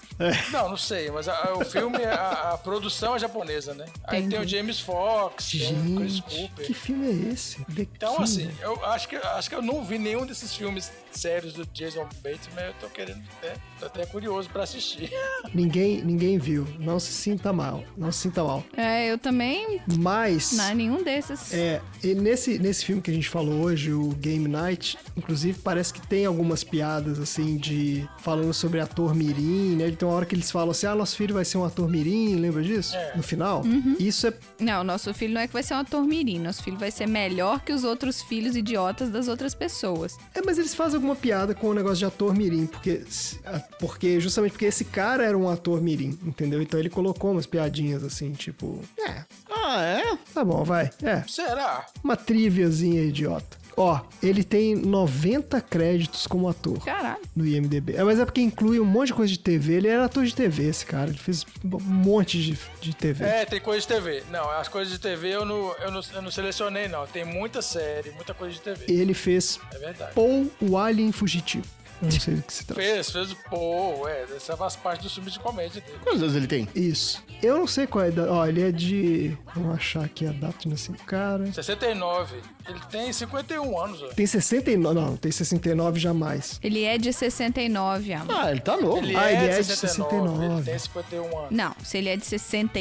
S3: Não, não sei, mas a- a- o filme, a, a produção é japonesa, né? Aí tem o
S2: Entendi.
S3: James Fox, tem o Chris
S4: Gente,
S3: Cooper.
S4: que filme é esse? The
S3: Então,
S4: King.
S3: assim, eu acho que, acho que eu não vi nenhum desses filmes sérios do Jason Bateman, eu tô querendo, né? Tô até curioso pra assistir.
S4: Ninguém, ninguém viu. Não se sinta mal. Não se sinta mal.
S2: É, eu também.
S4: Mas.
S2: Não, nenhum desses.
S4: É, e nesse, nesse filme que a gente falou hoje, o Game Night, Inclusive, parece que tem algumas piadas, assim, de. falando sobre ator Mirim, né? Então, a hora que eles falam assim, ah, nosso filho vai ser um ator Mirim, lembra disso? No final. Isso é.
S2: Não, nosso filho não é que vai ser um ator mirim. Nosso filho vai ser melhor que os outros filhos idiotas das outras pessoas.
S4: É, mas eles fazem alguma piada com o negócio de ator Mirim, porque. se- ah, Porque, justamente porque esse cara era um ator Mirim, entendeu? Então ele colocou umas piadinhas assim, tipo. É,
S1: Ah, é?
S4: tá bom, vai. É.
S3: Será?
S4: Uma triviazinha idiota. Ó, ele tem 90 créditos como ator.
S2: Caralho.
S4: No IMDB. É, mas é porque inclui um monte de coisa de TV. Ele era ator de TV, esse cara. Ele fez um monte de, de TV.
S3: É, tem coisa de TV. Não, as coisas de TV eu não, eu não, eu não selecionei, não. Tem muita série, muita coisa de TV.
S4: Ele fez
S3: É verdade.
S4: Paul, o Alien Fugitivo. Não sei do que se trata.
S3: Fez, fez o pô, é, essa faz parte do filme de comédia dele.
S1: Quantos anos ele tem?
S4: Isso. Eu não sei qual é a idade. Ó, ele é de. Vamos achar aqui a data de nascimento. do Cara.
S3: 69. Ele tem 51 anos, ó.
S4: Tem 69. Não, tem 69 jamais.
S2: Ele é de 69, amor.
S1: Ah, ele tá novo.
S3: Ele,
S4: Ah,
S3: é,
S4: ele é de
S3: 69, ele
S4: 69.
S3: tem 51 anos.
S2: Não, se ele é de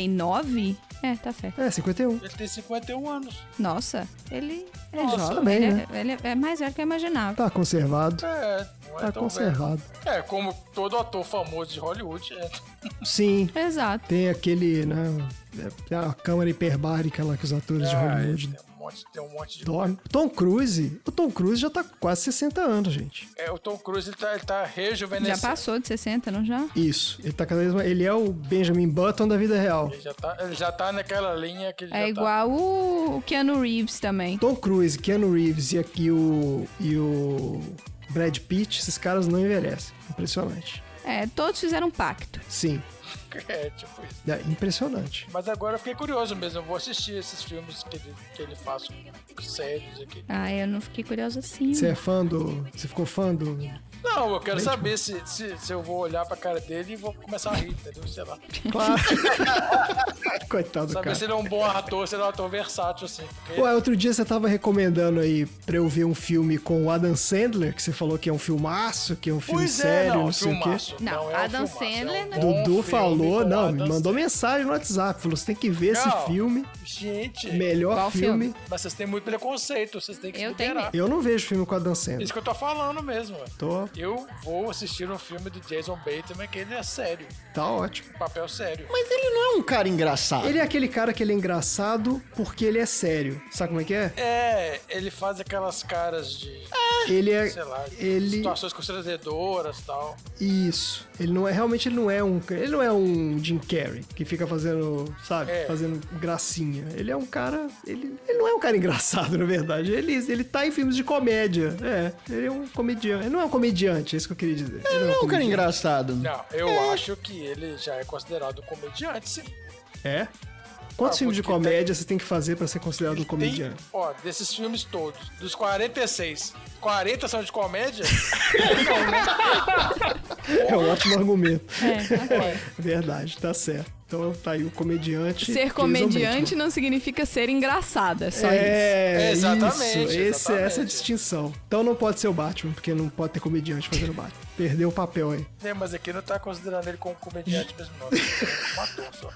S2: 69. É, tá certo.
S4: É, 51.
S3: Ele tem 51 anos.
S2: Nossa, ele é jovem.
S4: bem,
S2: ele,
S4: né?
S2: é, ele é mais velho que eu imaginava.
S4: Tá conservado.
S3: É, não é
S4: Tá
S3: tão
S4: conservado.
S3: velho. É, como todo ator famoso de Hollywood, é.
S4: Sim.
S2: Exato.
S4: Tem aquele, né? é, A câmara hiperbárica lá que os atores de
S3: Ah, ele
S4: Hollywood
S3: tem um monte, tem um monte de.
S4: dormem. Tom Cruise. O Tom Cruise já tá com quase 60 anos, gente.
S3: É, o Tom Cruise, ele tá, ele tá
S2: Já
S3: rejuvenescendo.
S2: passou de 60, não já?
S4: Isso. Ele tá cada vez mais. Ele é o Benjamin Button da vida real.
S3: Ele já tá, ele já tá naquela linha que ele já
S2: É
S3: tá.
S2: igual o o Keanu Reeves também.
S4: Tom Cruise, Keanu Reeves e aqui o. e o. Brad Pitt, esses caras não envelhecem. Impressionante.
S2: É, todos fizeram um pacto.
S4: Sim.
S3: É, tipo isso.
S4: É impressionante.
S3: Mas agora eu fiquei curioso mesmo. Eu vou assistir esses filmes que ele, que ele faz, sérios aqui.
S2: Ah, eu não fiquei curiosa assim.
S4: Você é fã do. Você ficou fã do.
S3: Não, eu quero saber se, se, se eu vou olhar pra cara dele e vou começar a rir, entendeu? Sei lá.
S4: Claro. Coitado do
S3: Saber
S4: cara.
S3: se ele é um bom ator, se ele é um ator versátil, assim. Porque
S4: Ué, outro dia você tava recomendando aí pra eu ver um filme com o Adam Sandler, que você falou que é um filmaço, que é um filme sério, não, sei o quê.
S3: filmaço.
S2: Não,
S3: um
S2: Adam
S3: filmaço,
S2: Sandler,
S3: um
S2: né?
S3: bom filme
S4: Dudu
S3: com
S4: falou, não,
S3: Adam
S4: me mandou
S3: Sandler.
S4: mensagem no WhatsApp, falou, você tem que ver
S3: Não.
S4: esse filme,
S3: Gente,
S4: melhor
S2: Qual filme?
S4: filme.
S3: mas vocês têm muito preconceito, vocês têm que
S2: Eu
S3: se liberar.
S4: Eu não vejo filme com o Adam Sandler.
S3: Isso que eu tô falando mesmo. ué.
S4: Tô,
S3: Eu vou assistir um filme do Jason Bateman que ele é sério, um
S4: tá ótimo.
S3: papel sério.
S1: Mas ele não é um cara engraçado.
S4: Ele é aquele cara que ele é engraçado porque ele é sério. Sabe como é que é?
S3: É, ele faz aquelas caras de,
S4: Ele é.
S3: sei lá, de
S4: Ele.
S3: situações constrangedoras e tal.
S4: Isso. Ele não é. Realmente ele não é um. Ele não é um Jim Carrey que fica fazendo, sabe?
S3: É.
S4: Fazendo gracinha. Ele é um cara. Ele, ele não é um cara engraçado, na verdade. Ele, ele tá em filmes de comédia. É. Ele é um comediante. Ele não é um comediante, é isso que eu queria dizer. Ele
S1: Ele não é um cara
S4: comediante.
S1: engraçado.
S3: Não, eu acho que ele já é considerado comediante, sim.
S4: É?
S3: Ah,
S4: Quantos filmes de
S3: porque
S2: tá-
S3: tem-
S4: comédia você tem que fazer pra ser considerado um comediante?
S3: Tem, ó, desses filmes todos, dos 46, 40 são de comédia?
S4: É um ótimo argumento.
S2: É, ok.
S4: Verdade, tá certo. Então tá aí o comediante.
S2: Ser
S4: Jason
S2: comediante
S4: Bateman.
S2: não significa ser engraçada, é só isso.
S4: É,
S3: Exatamente,
S4: isso, esse,
S3: exatamente.
S4: essa é a distinção. Então não pode ser o Batman, porque não pode ter comediante fazendo Batman. Perdeu o papel aí.
S3: É, mas aqui não tá considerando ele como comediante mesmo, não. Ele é um ator só.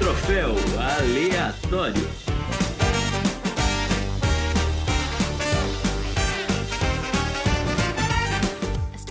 S7: Troféu aleatório.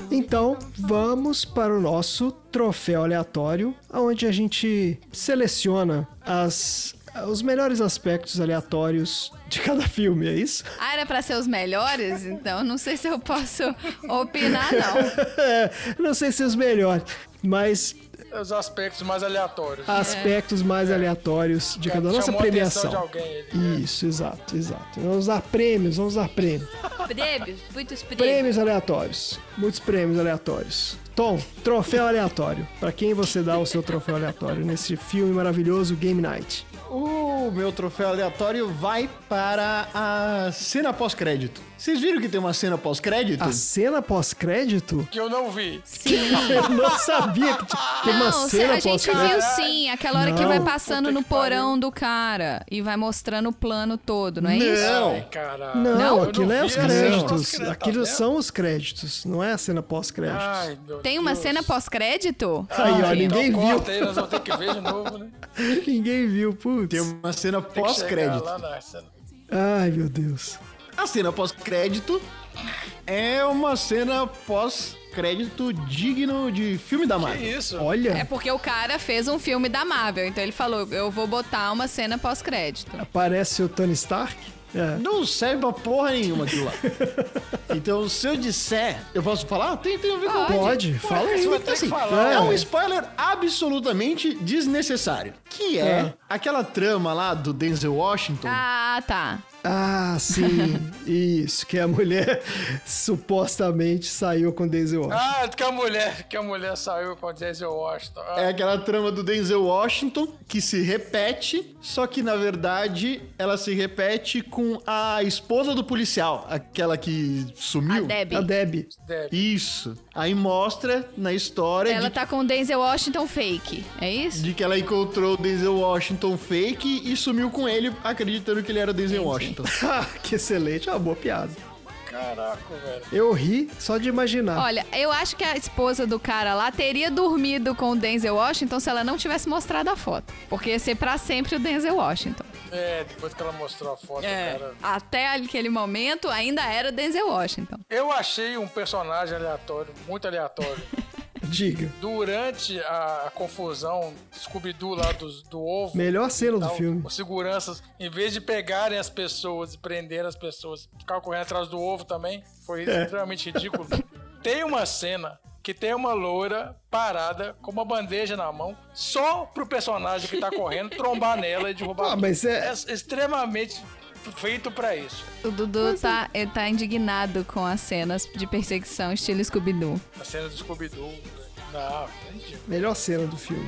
S4: Então vamos para o nosso troféu aleatório, onde a gente seleciona as, os melhores aspectos aleatórios de cada filme, é isso?
S2: Ah, era pra ser os melhores? Então não sei se eu posso opinar, não.
S4: não sei se os melhores, mas
S3: Os aspectos mais aleatórios.
S4: aspectos mais aleatórios de cada nossa
S3: É. Chamou a atenção
S4: premiação.
S3: de alguém, ele, né?
S4: Isso, exato, exato. Então, Vamos dar prêmios, vamos dar prêmios.
S2: Prêmios, muitos prêmios.
S4: Prêmios aleatórios. Muitos prêmios aleatórios. Tom, troféu aleatório. Pra quem você dá o seu troféu aleatório nesse filme maravilhoso Game Night?
S1: O o meu troféu aleatório vai para a cena pós-crédito. Vocês viram que tem uma cena pós-crédito?
S3: Ah,
S4: A cena pós-crédito?
S3: Que eu não vi.
S2: Sim.
S4: Eu não sabia que tem uma
S2: Não, cê-
S4: cena
S2: a gente
S4: pós-crédito.
S2: viu sim, aquela hora que vai passando
S3: Puta
S2: no
S3: que pariu.
S2: porão do cara e vai mostrando o plano todo, não é isso?
S1: Não.
S3: Ai, caralho.
S4: Não,
S2: Não?
S4: aquilo
S3: Eu
S4: é
S3: não
S4: os
S3: vi a cena
S4: créditos.
S3: pós-crédito,
S4: Aquilo
S3: tá Ah,
S4: são os créditos, não é a cena pós-créditos.
S3: Ai, meu
S2: Tem uma
S3: Deus.
S2: cena pós-crédito?
S4: Aí, ó,
S2: Enfim.
S4: ninguém
S3: Então
S4: viu.
S3: corta aí, nós vamos ter que ver de novo, né?
S4: Ninguém viu, putz.
S1: Tem uma cena
S3: Tem um- que chegar
S1: pós-crédito.
S3: lá na cena.
S4: Ai, meu Deus.
S1: A cena pós-crédito é uma cena pós-crédito digno de filme da
S3: Que
S1: Marvel.
S3: isso?
S4: Olha,
S2: É porque o cara fez um filme da Marvel, então ele falou: eu vou botar uma cena pós-crédito.
S4: aparece o Tony Stark. É.
S1: Não serve pra porra nenhuma aquilo lá. então, se eu disser, eu posso falar? Tem, tem a ver com
S4: Pode,
S1: Pô,
S4: fala
S1: isso
S4: aí.
S1: vai ter que
S4: Assim,
S1: falar. É um
S4: é.
S1: spoiler absolutamente desnecessário. Que é,
S4: É.
S1: aquela trama lá do Denzel Washington.
S2: Ah, tá.
S4: Ah, sim. Isso, que a mulher supostamente saiu com Denzel Washington.
S3: Ah, que a mulher, que a mulher saiu com a Denzel Washington. Ah,
S1: É aquela trama do Denzel Washington que se repete, só que na verdade ela se repete com a esposa do policial, aquela que
S2: A
S1: sumiu.
S2: Debbie.
S4: A Deb.
S3: deve.
S1: Isso. Aí mostra na história
S2: Ela
S1: de,
S2: tá com o Denzel Washington fake, é isso?
S1: de que ela encontrou o Denzel Washington fake e sumiu com ele, acreditando que ele era o Denzel Washington.
S4: Ah, que excelente. É uma boa piada.
S3: Caraca, velho.
S4: Eu ri só de imaginar.
S2: Olha, eu acho que a esposa do cara lá teria dormido com o Denzel Washington se ela não tivesse mostrado a foto. Porque ia ser pra sempre o Denzel Washington.
S3: É, depois que ela mostrou a foto, cara.
S2: É, Até aquele momento ainda era o Denzel Washington.
S3: Eu achei um personagem aleatório, muito aleatório.
S4: Diga.
S3: Durante a, a confusão Scooby-Doo lá dos- do, ovo.
S4: Melhor cena
S3: e
S4: do
S3: tal,
S4: filme.
S3: Os seguranças, em vez de pegarem as pessoas e prenderem as pessoas, ficavam correndo atrás do ovo também. Foi
S4: É.
S3: extremamente ridículo. Tem uma cena que tem uma loira parada com uma bandeja na mão só pro personagem que tá correndo trombar nela e derrubar.
S4: Ah, mas é-
S3: é extremamente feito pra isso.
S2: O Dudu tá,
S4: é-
S2: ele tá indignado com as cenas de perseguição estilo Scooby-Doo.
S3: A cena do Scooby-Doo. né? Não, é ridículo.
S4: Melhor cena do filme.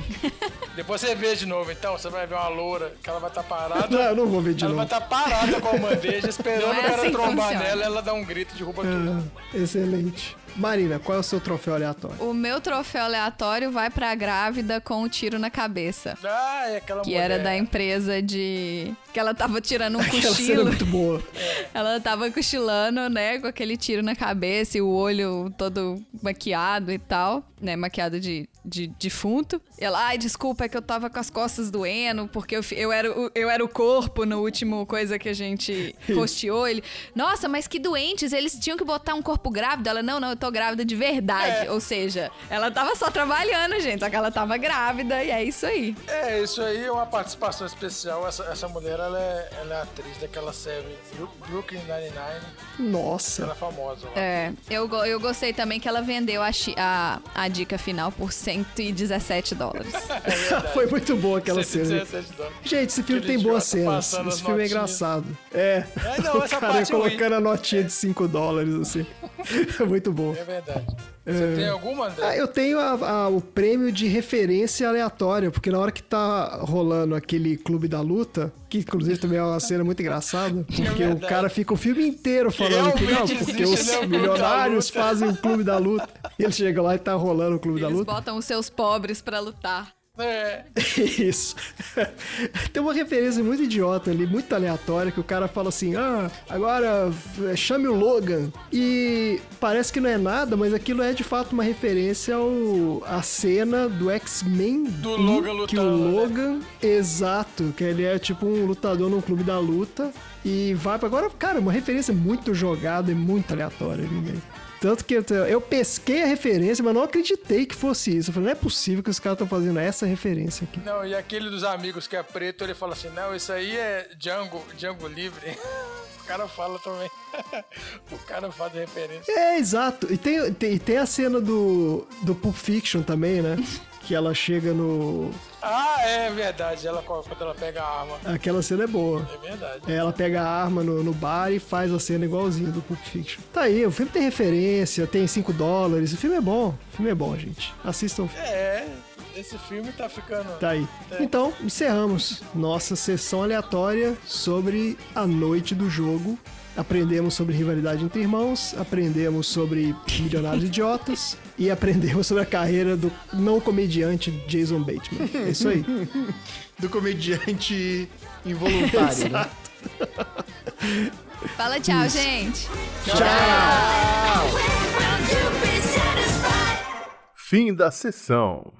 S3: Depois você vê de novo, então. Você vai ver uma loura que ela vai estar parada.
S4: Não, eu não vou ver de
S3: Tá ela vai tá-
S4: novo.
S3: estar parada com a bandeja, esperando
S2: Não é
S3: o cara
S2: assim que
S3: trombar
S2: funciona. É.
S3: nela, ela dá um grito e derruba tudo.
S4: Ah, excelente. Marina, qual é o seu troféu aleatório?
S2: O meu troféu aleatório vai pra grávida com um tiro na cabeça.
S3: Ah, é aquela
S2: Que
S3: mulher.
S2: era da empresa de. Que ela tava tirando um
S4: Aquela cena é
S2: cochilo.
S4: muito boa.
S2: É. Ela tava cochilando, né? Com aquele tiro na cabeça e o olho todo maquiado e tal, né? Maquiado de, de defunto. Ela, ai, desculpa, é que eu tava com as costas doendo, porque eu, fi- eu, era, o- eu era o corpo no último coisa que a gente posteou. Ele, nossa, mas que doentes, eles tinham que botar um corpo grávido. Ela, não, não, eu tô grávida de verdade. Ou seja, ela tava só trabalhando, gente, só que ela tava grávida e é isso aí.
S3: É, isso aí é uma participação especial. Essa, essa mulher, ela é, ela é atriz daquela série Bru- Brooklyn Nine-Nine. Ela
S4: Nossa.
S3: é famosa. lá.
S2: É, eu, go- eu gostei também que ela vendeu a, chi- a, a dica final por 117 dólares.
S3: É
S4: Foi muito boa aquela cena.
S3: 117 dólares.
S4: Gente, esse filme
S3: Aquele
S4: tem boas
S3: idiota
S4: cenas.
S3: passando
S4: Esse
S3: as
S4: filme é
S3: notinhas.
S4: engraçado. É.
S3: É, não,
S4: o
S3: essa
S4: cara
S3: parte é ruim.
S4: colocando a notinha de 5 dólares, assim. É muito bom.
S3: É verdade. Você tem alguma, André?
S4: Ah, eu tenho a- a- o prêmio de referência aleatória, porque na hora que tá rolando aquele Clube da Luta, que inclusive também é uma cena muito engraçada, porque o
S3: verdade.
S4: cara fica o filme inteiro falando que não,
S3: realmente
S4: porque
S3: existe,
S4: os
S3: né, o Clube da
S4: milionários
S3: Luta.
S4: fazem o Clube da Luta. E ele chega lá e tá rolando o Clube da
S2: Eles
S4: Luta.
S2: botam os seus pobres pra lutar.
S3: É,
S4: Isso. Tem uma referência muito idiota ali, muito aleatória, que o cara fala assim: ah, agora f- chame o Logan. E parece que não é nada, mas aquilo é de fato uma referência ao, à cena do X-Men.
S3: Do
S4: um,
S3: Logan
S4: Que o
S3: lutando, né?
S4: Logan, exato, que ele é tipo um lutador num clube da luta. E vai pra. Agora, cara, uma referência muito jogada e muito aleatória ali, velho. Tanto que eu, eu pesquei a referência, mas não acreditei que fosse isso. Eu falei, não é possível que os caras estão fazendo essa referência aqui.
S3: não, e aquele dos amigos que é preto, ele fala assim, não, isso aí é Django, Django Livre. O cara fala também. O cara faz referência.
S4: É, exato. E tem, tem, e tem a cena do, do Pulp Fiction também, né? Que ela chega no.
S3: Ah, é verdade. Ela, quando ela pega a arma.
S4: Aquela cena é boa.
S3: É verdade.
S4: Ela pega a arma no, no bar e faz a cena igualzinha do Pulp Fiction. Tá aí, o filme tem referência, tem 5 dólares. O filme é bom. O filme é bom, gente. Assistam o filme.
S3: É, Esse filme tá ficando.
S4: Tá aí. Então, encerramos nossa sessão aleatória sobre a noite do jogo. Aprendemos sobre rivalidade entre irmãos, aprendemos sobre milionários idiotas e aprendemos sobre a carreira do não comediante Jason Bateman. É isso aí.
S1: Do comediante involuntário, né?
S2: Fala tchau, gente.
S8: When will you be satisfied?
S5: Fim da sessão.